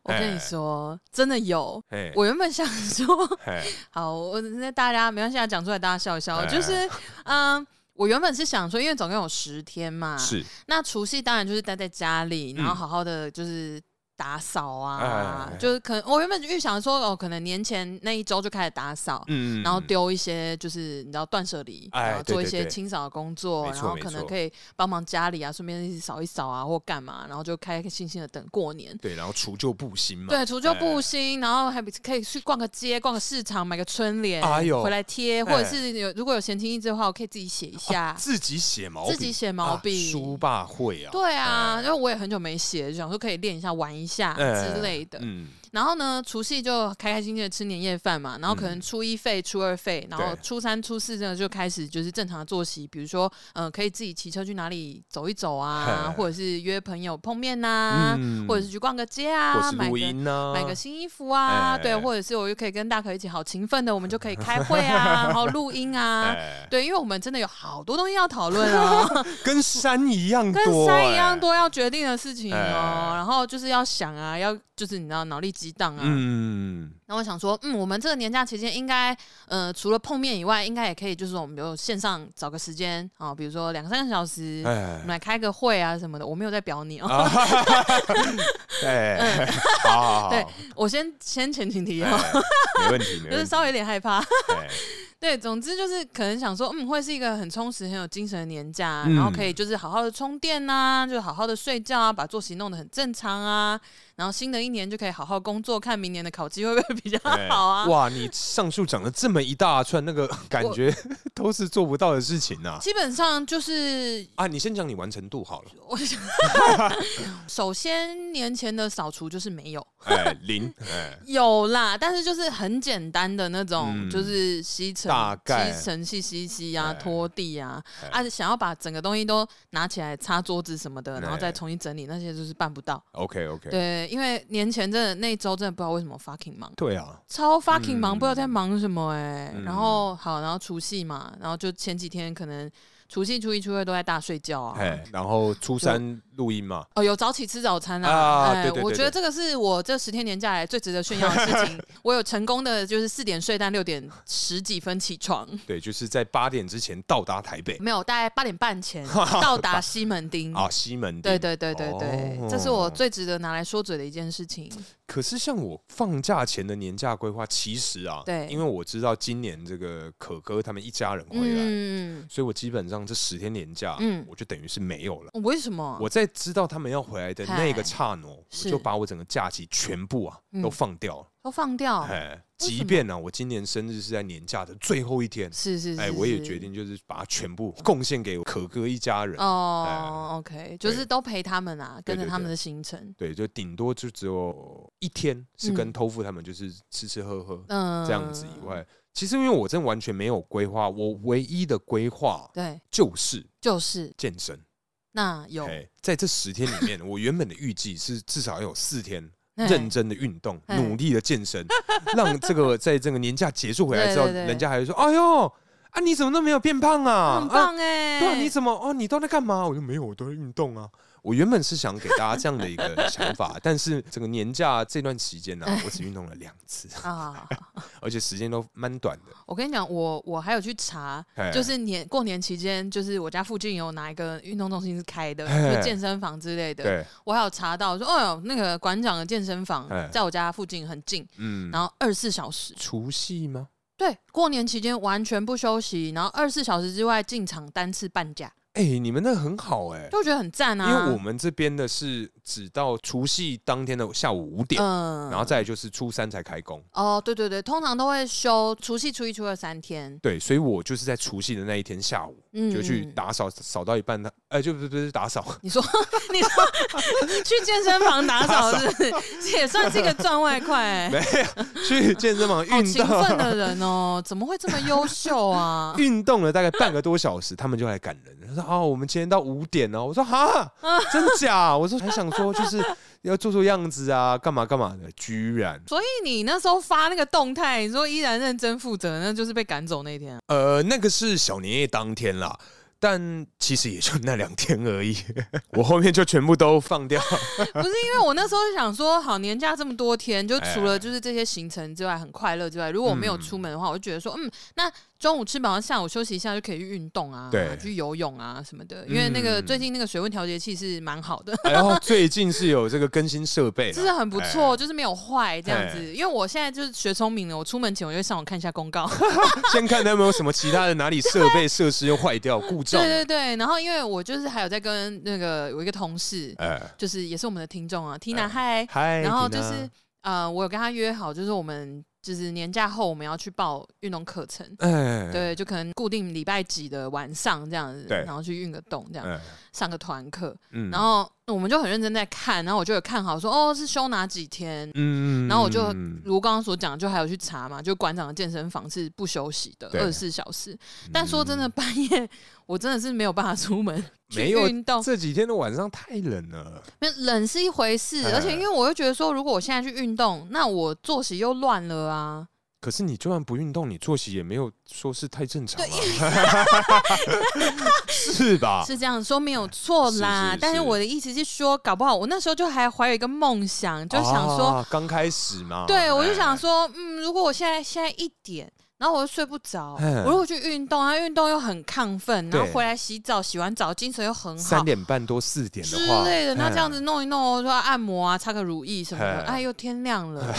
Speaker 3: 我跟你说，真的有。
Speaker 2: 哎、
Speaker 3: 我原本想说，
Speaker 2: 哎，
Speaker 3: 好，我那大家没关系啊，讲出来大家笑一笑。
Speaker 2: 哎
Speaker 3: 就是，嗯，我原本是想说，因为总共有十天嘛，
Speaker 2: 是
Speaker 3: 那除夕当然就是待在家里，然后
Speaker 2: 嗯
Speaker 3: 好好的就是打扫啊，
Speaker 2: 哎
Speaker 3: 就是可能我原本预想说，哦，可能年前那一周就开始打扫。
Speaker 2: 嗯，
Speaker 3: 然后丢一些，就是你知道断舍离，
Speaker 2: 哎
Speaker 3: 然后做
Speaker 2: 对
Speaker 3: 一
Speaker 2: 对
Speaker 3: 些
Speaker 2: 对
Speaker 3: 清扫的工作，
Speaker 2: 没
Speaker 3: 然
Speaker 2: 错
Speaker 3: 后
Speaker 2: 没
Speaker 3: 可能
Speaker 2: 错
Speaker 3: 可以帮忙家里啊，顺便一起扫一扫啊，或干嘛，然后就开开心心的等过年。
Speaker 2: 对，然后除旧布新嘛，
Speaker 3: 对，除旧布新，然后还比可以去逛个街、逛个市场，买个春联，
Speaker 2: 哎呦
Speaker 3: 回来贴，或
Speaker 2: 哎
Speaker 3: 者是有如果有闲情逸致的话，我可以自己写一下。
Speaker 2: 哦自己写毛笔，
Speaker 3: 自己写毛笔
Speaker 2: 啊书霸会啊，
Speaker 3: 对啊，因为我也很久没写，就想说可以练一下、玩一下
Speaker 2: 哎
Speaker 3: 之类的。
Speaker 2: 嗯，
Speaker 3: 然后呢，除夕就开开心心的吃年夜饭嘛，然后可能初一废、初二废，然后
Speaker 2: 嗯对
Speaker 3: 初三、初四呢就开始就是正常的作息，比如说嗯、呃可以自己骑车去哪里走一走啊
Speaker 2: 哎，
Speaker 3: 或者是约朋友碰面呐、
Speaker 2: 嗯
Speaker 3: 或者是去逛个街
Speaker 2: 或
Speaker 3: 啊，
Speaker 2: 是
Speaker 3: 买
Speaker 2: 录
Speaker 3: 个
Speaker 2: 音呢、啊，
Speaker 3: 买个新衣服啊，
Speaker 2: 哎
Speaker 3: 对，或者是我就可以跟大可一起好勤奋的，我们就可以开会 啊，然后录音啊，
Speaker 2: 哎
Speaker 3: 对，因为我们真的有好多东西要讨论 哦，
Speaker 2: 跟山一样多、
Speaker 3: 跟山一样
Speaker 2: 哎
Speaker 3: 多要决定的事情哦
Speaker 2: 哎，
Speaker 3: 然后就是要想啊，要就是你知道脑力激荡啊。
Speaker 2: 嗯，
Speaker 3: 那我想说，嗯，我们这个年假期间应该，呃，除了碰面以外，应该也可以，就是我们有线上找个时间啊、比如说两三个小时，我
Speaker 2: 哎啊
Speaker 3: 们来开个会啊什么的。我没有在表你哦，
Speaker 2: 哎，
Speaker 3: 嗯
Speaker 2: 好好好，
Speaker 3: 对我先先前情提要，
Speaker 2: 哎没问题，没
Speaker 3: 就是
Speaker 2: 问题，
Speaker 3: 稍微有点害怕。
Speaker 2: 哎
Speaker 3: 对，总之就是可能想说，嗯，会是一个很充实、很有精神的年假，啊
Speaker 2: 嗯
Speaker 3: 然后可以就是好好的充电呐、就好好的睡觉啊，把作息弄得很正常啊，然后新的一年就可以好好工作，看明年的考绩会不会比较
Speaker 2: 哎
Speaker 3: 好啊。
Speaker 2: 哇，你上述讲了这么一大串， 那个感觉都是做不到的事情呐、啊。
Speaker 3: 基本上就是
Speaker 2: 你先讲你完成度 好了，
Speaker 3: 我想，首先年前的扫除就是没有，
Speaker 2: 哎，零，哎，
Speaker 3: 有啦，但是就是很简单的那种，
Speaker 2: 嗯
Speaker 3: 就是吸尘、
Speaker 2: 大概
Speaker 3: 吸尘器吸吸啊、
Speaker 2: 哎
Speaker 3: 拖地啊，
Speaker 2: 哎
Speaker 3: 啊，想要把整个东西都拿起来擦桌子什么的，
Speaker 2: 哎
Speaker 3: 然后再重新整理，那些就是办不到。
Speaker 2: OK OK，
Speaker 3: 对，因为年前真的那一周真的不知道为什么 fucking 忙，
Speaker 2: 对啊，
Speaker 3: 超 fucking 忙，
Speaker 2: 嗯
Speaker 3: 不知道在忙什么哎、
Speaker 2: 嗯
Speaker 3: 然后好，然后除夕嘛，然后就前几天可能除夕、初一、初二都在大睡觉啊。
Speaker 2: 哎，然后初三录音嘛，
Speaker 3: 哦，有早起吃早餐啦、
Speaker 2: 啊
Speaker 3: 哎，
Speaker 2: 对对对
Speaker 3: 我觉得
Speaker 2: 对
Speaker 3: 这个是我这十天年假来最值得炫耀的事情。我有成功的，就是四点睡，但六点十几分起床，
Speaker 2: 对，就是在八点之前到达台北
Speaker 3: 没有，大概八点半前到达西门町。
Speaker 2: 啊，西门町
Speaker 3: 嗯对对对对对，
Speaker 2: 哦
Speaker 3: 这是我最值得拿来说嘴的一件事情。
Speaker 2: 可是像我放假前的年假规划，其实啊，
Speaker 3: 对
Speaker 2: 因为我知道今年这个可哥他们一家人回来，
Speaker 3: 嗯，
Speaker 2: 所以我基本上这十天年假，
Speaker 3: 嗯
Speaker 2: 我就等于是没有了。
Speaker 3: 哦为什么？
Speaker 2: 我在知道他们要回来的那个刹那，我
Speaker 3: 是
Speaker 2: 就把我整个假期全部啊
Speaker 3: 嗯
Speaker 2: 都放掉了。
Speaker 3: 都放掉。
Speaker 2: 哎，
Speaker 3: 为什么
Speaker 2: 即便呢、我今年生日是在年假的最后一天，
Speaker 3: 是是是，
Speaker 2: 哎，我也
Speaker 3: 是
Speaker 2: 决。定就是把它全部贡献给可哥一家人。
Speaker 3: 哦，OK，就是
Speaker 2: 对
Speaker 3: 都陪他们啊，跟着
Speaker 2: 对
Speaker 3: 他们
Speaker 2: 对
Speaker 3: 的行程。
Speaker 2: 对，就顶多就只有一天是
Speaker 3: 嗯
Speaker 2: 跟偷富他们就是吃吃喝喝，
Speaker 3: 嗯，
Speaker 2: 这样子以，外，其实因为我真的完全没有规划，我唯一的规划
Speaker 3: 对，
Speaker 2: 就是
Speaker 3: 就是
Speaker 2: 健身。
Speaker 3: 那有
Speaker 2: 哎，在这十天里面，我原本的预计是至少要有四天
Speaker 3: 哎
Speaker 2: 认真的运动，
Speaker 3: 哎
Speaker 2: 努力的健身，让这个在这个年假结束回来之后，
Speaker 3: 对对对
Speaker 2: 人家还会说：“哎呦，啊你怎么都没有变胖啊？
Speaker 3: 很
Speaker 2: 啊
Speaker 3: 棒哎、
Speaker 2: 对啊，你怎么哦？你都在干嘛？我就没有，我都在运动啊。我原本是想给大家这样的一个想法，但是整个年假这段期间呢、我只运动了两次，
Speaker 3: 啊！
Speaker 2: 而且时间都蛮短的。
Speaker 3: 我跟你讲，我我还有去查，
Speaker 2: 哎
Speaker 3: 就是年过年期间，就是我家附近有哪一个运动中心是开的，
Speaker 2: 哎
Speaker 3: 就健身房之类的。
Speaker 2: 对，
Speaker 3: 我还有查到说，哦哟，那个馆长的健身房
Speaker 2: 哎
Speaker 3: 在我家附近很近，
Speaker 2: 嗯，
Speaker 3: 然后二十四小时，
Speaker 2: 除夕吗？
Speaker 3: 对，过年期间完全不休息，然后二十四小时之外进场单次半价，
Speaker 2: 哎、你们那很好哎、
Speaker 3: 就觉得很赞
Speaker 2: 因
Speaker 3: 啊。
Speaker 2: 为我们这边的是只到除夕当天的下午五点，
Speaker 3: 嗯
Speaker 2: 然后再来就是初三才开工。
Speaker 3: 哦，对对对，通常都会休除夕、初一、初二三天，
Speaker 2: 对，所以我就是在除夕的那一天下午
Speaker 3: 嗯，
Speaker 2: 就去
Speaker 3: 嗯
Speaker 2: 打扫，扫到一半，他哎，就不是不是打扫，
Speaker 3: 你说， 你说去健身房打扫是不是， 这也算是一个赚 外快、欸。
Speaker 2: 去健身房
Speaker 3: 好
Speaker 2: 运
Speaker 3: 勤奋
Speaker 2: 动，？
Speaker 3: 的人哦，怎么会这么优秀啊
Speaker 2: 运动了大概半个多小时，他们就来赶人。他说：“哦，我们今天到五点哦。”我说：“ 哈，真假？”我说：“还想说就是要做做样子啊，干嘛干嘛的。”居然，
Speaker 3: 所以你那时候发那个动态，你说依然认真负责，那就是被赶走那天啊、
Speaker 2: 呃，那个是小年夜当天啦，但其实也就那两天而已， 我后面就全部都放掉。
Speaker 3: 不是因为我那时候就想说，好年假这么多天，就除了
Speaker 2: 哎
Speaker 3: 就是这些行程之外，很快乐之外，如果我没有出门的话，我就觉得说，嗯，那中午吃饱，下午休息一下就可以去运动啊，
Speaker 2: 对
Speaker 3: 去游泳啊什么的。因为那个
Speaker 2: 嗯
Speaker 3: 最近那个水温调节器是蛮好的，
Speaker 2: 然后最近是有这个更新设备啦，
Speaker 3: 就是啊很不
Speaker 2: 哎
Speaker 3: 错，就是没有坏这样
Speaker 2: 哎
Speaker 3: 子。因为我现在就是学聪明了，我出门前我就会上网看一下 公告。
Speaker 2: 先看他有没有什么其他的哪里设备设施又坏掉故障
Speaker 3: 对。对对，然后因为我就是还有在跟那个有一个同事，
Speaker 2: 哎，
Speaker 3: 就是也是我们的听众啊，Tina 嗨，
Speaker 2: 嗨，
Speaker 3: 然后
Speaker 2: 哎
Speaker 3: 就
Speaker 2: Tina
Speaker 3: 是呃，我有跟他约好，就是我们就是年假后我们要去报运动课程。
Speaker 2: 哎，
Speaker 3: 对，就可能固定礼拜几的晚上这样子，
Speaker 2: 对
Speaker 3: 然后去运个动，这样、
Speaker 2: 哎，
Speaker 3: 上个团课，
Speaker 2: 嗯
Speaker 3: 然后我们就很认真在看，然后我就有看好说，哦，是休哪几天，
Speaker 2: 嗯
Speaker 3: 然后我就
Speaker 2: 嗯
Speaker 3: 如刚刚所讲，就还有去查嘛，就馆长的健身房是不休息的，
Speaker 2: 对
Speaker 3: 二十四小时。但说真的，半夜我真的是没有办法出门
Speaker 2: 嗯
Speaker 3: 去
Speaker 2: 没有
Speaker 3: 运动，
Speaker 2: 这几天的晚上太冷了，
Speaker 3: 没有冷是一回事，
Speaker 2: 哎
Speaker 3: 而且因为我又觉得说，如果我现在去运动，那我作息又乱了啊。
Speaker 2: 可是你就算不运动，你作息也没有说是太正常啊， 是吧？
Speaker 3: 是这样说没有错啦，
Speaker 2: 啊是是是
Speaker 3: 但是我的意思是说，搞不好我那时候就还怀有一个梦想，就想说，
Speaker 2: 啊刚开始嘛，
Speaker 3: 对我就
Speaker 2: 哎
Speaker 3: 想说，嗯，如果我现在现在一点。然后我又睡不着，
Speaker 2: 嗯
Speaker 3: 我如果去运动，然后运动又很亢奋，然后
Speaker 2: 对
Speaker 3: 回来洗澡，洗完澡精神又很嗯好
Speaker 2: 三，点半多四点
Speaker 3: 之
Speaker 2: 的话
Speaker 3: 类的，那
Speaker 2: 哎
Speaker 3: 这样子弄一弄，说按摩啊，擦个乳液什么的，
Speaker 2: 哎
Speaker 3: 哎，又天亮了。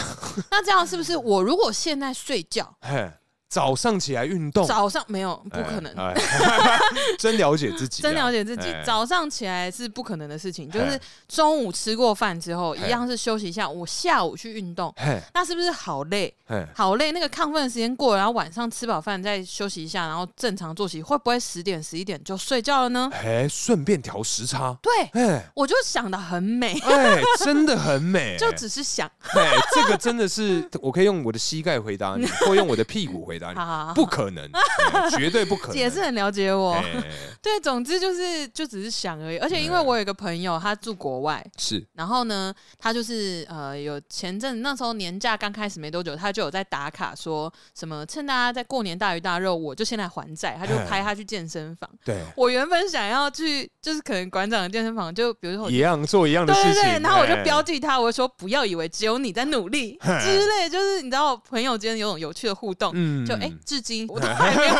Speaker 3: 那这样是不是我如果现在睡觉，
Speaker 2: 哎早上起来运动，
Speaker 3: 早上没有不可能，
Speaker 2: 哎， 哎真了解自己啊，
Speaker 3: 真了解自己
Speaker 2: 哎，
Speaker 3: 早上起来是不可能的事情。就
Speaker 2: 哎
Speaker 3: 是中午吃过饭之后，
Speaker 2: 哎
Speaker 3: 一样是休息一下，我下午去运动，
Speaker 2: 嘿，
Speaker 3: 那是不是好累？
Speaker 2: 嘿，
Speaker 3: 好累，那个亢奋的时间过了，然后晚上吃饱饭再休息一下，然后正常作息，会不会十点十一点就睡觉了呢？
Speaker 2: 哎，顺便调时差，
Speaker 3: 对，
Speaker 2: 哎，
Speaker 3: 我就想的 很美，
Speaker 2: 哎，真的很美，
Speaker 3: 就只是想，
Speaker 2: 哎，这个真的是，我可以用我的膝盖回 答你，或用我的屁股回答
Speaker 3: 好好好
Speaker 2: 你，不可能，哎绝对不可能。
Speaker 3: 姐是很了解我。
Speaker 2: 哎，
Speaker 3: 对，总之就是就只是想而已。而且因为
Speaker 2: 嗯
Speaker 3: 我有一个朋友，他住国外，
Speaker 2: 是
Speaker 3: 然后呢，他就是呃，有前阵那时候年假刚开始没多久，他就有在打卡说什么趁大家在过年大鱼大肉，我就先来还债，他就
Speaker 2: 哎
Speaker 3: 拍他去健身房。
Speaker 2: 对，
Speaker 3: 我原本想要去，就是可能馆长的健身房，就比如说我
Speaker 2: 一样做一样的
Speaker 3: 哦对
Speaker 2: 事
Speaker 3: 对
Speaker 2: 情，
Speaker 3: 对，然后我就
Speaker 2: 哎
Speaker 3: 标记他，我就说不要以为只有你在努力
Speaker 2: 哎
Speaker 3: 之类，就是你知道朋友间有种有趣的互动，
Speaker 2: 嗯
Speaker 3: 就哎、至今我都还没有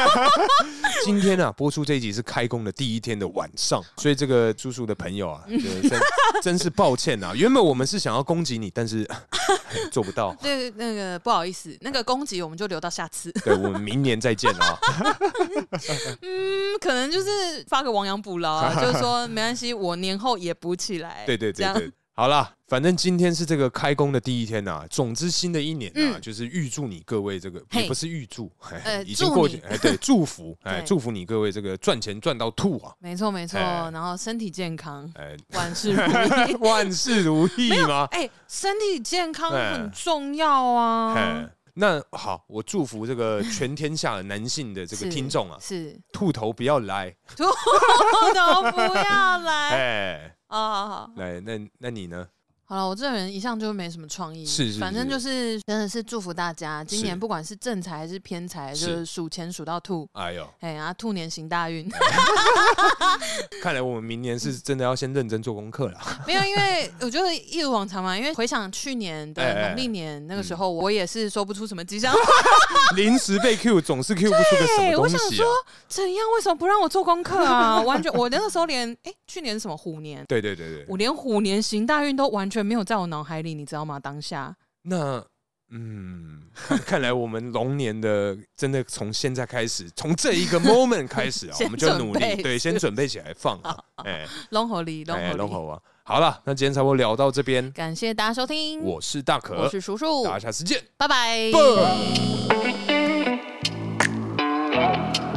Speaker 2: 今天啊，播出这一集是开工的第一天的晚上， 所以这个叔叔的朋友啊，就真真是抱歉啊。原本我们是想要攻击你，但是 做不到。
Speaker 3: 对那个不好意思，那个攻击我们就留到下次，
Speaker 2: 对，我们明年再见 啊。
Speaker 3: 嗯，可能就是发个亡羊补牢 啊，就是说没关系，我年后也补起来，
Speaker 2: 对对
Speaker 3: 这
Speaker 2: 对
Speaker 3: 样
Speaker 2: 对，好啦，反正今天是这个开工的第一天呐、总之，新的一年呐、就是预祝你各位这个
Speaker 3: 嗯嘿
Speaker 2: 也不是预祝，
Speaker 3: 呃
Speaker 2: 已经过去，
Speaker 3: 祝
Speaker 2: 哎，对，祝福， 哎，
Speaker 3: 对
Speaker 2: 祝福你各位这个赚钱赚到吐啊，
Speaker 3: 没错没错，
Speaker 2: 哎
Speaker 3: 然后身体健 康，
Speaker 2: 哎，。
Speaker 3: 万事如意
Speaker 2: 万事如意吗？
Speaker 3: 哎、身体健康
Speaker 2: 哎
Speaker 3: 很重要 啊
Speaker 2: 哎。，那好，我祝福这个全天下的男性的这个
Speaker 3: 是
Speaker 2: 听众啊，
Speaker 3: 是，
Speaker 2: 兔头不要来，
Speaker 3: 秃头不要来
Speaker 2: 哎，
Speaker 3: 啊！好好
Speaker 2: 来，那那你呢？
Speaker 3: 好了，我这个人一向就没什么创意，
Speaker 2: 是是
Speaker 3: 反正
Speaker 2: 是
Speaker 3: 就是真的是祝福大家，今
Speaker 2: 是
Speaker 3: 年不管是正财还是偏财，就是是数钱数到吐，
Speaker 2: 哎呦，
Speaker 3: 哎呀，兔年行大运。
Speaker 2: 看来我们明年是真的要先认真做功 课了。
Speaker 3: 没有，因为我觉得一如往常嘛，因为回想去年
Speaker 2: 哎哎
Speaker 3: 的
Speaker 2: 哎
Speaker 3: 农历年那个时候，我也是说不出什么吉 祥话，
Speaker 2: 临时被 Q 总是 Q 不出个什么
Speaker 3: 对我
Speaker 2: 东
Speaker 3: 想
Speaker 2: 西啊
Speaker 3: 说？怎样？为什么不让我做功课啊？完全，我那个时候连哎、去年什么虎年，
Speaker 2: 对对对对，
Speaker 3: 我连虎年行大运都完全没有在我脑海里，你知道吗？当下
Speaker 2: 那嗯，看看来我们龙年的真的从现在开始，从这一个 moment 开始啊，
Speaker 3: 先
Speaker 2: 我们就努
Speaker 3: 准
Speaker 2: 力，
Speaker 3: 备
Speaker 2: 对，先准备起来放啊，哎
Speaker 3: 龙猴里，龙
Speaker 2: 哎，
Speaker 3: 猴
Speaker 2: 龙
Speaker 3: 里，
Speaker 2: 猴啊，好了，那今天差不多聊到这边，
Speaker 3: 感谢大家收听，
Speaker 2: 我是大
Speaker 3: 我
Speaker 2: 可，
Speaker 3: 是叔叔
Speaker 2: 大，家下次见。
Speaker 3: 拜拜。
Speaker 2: Boom.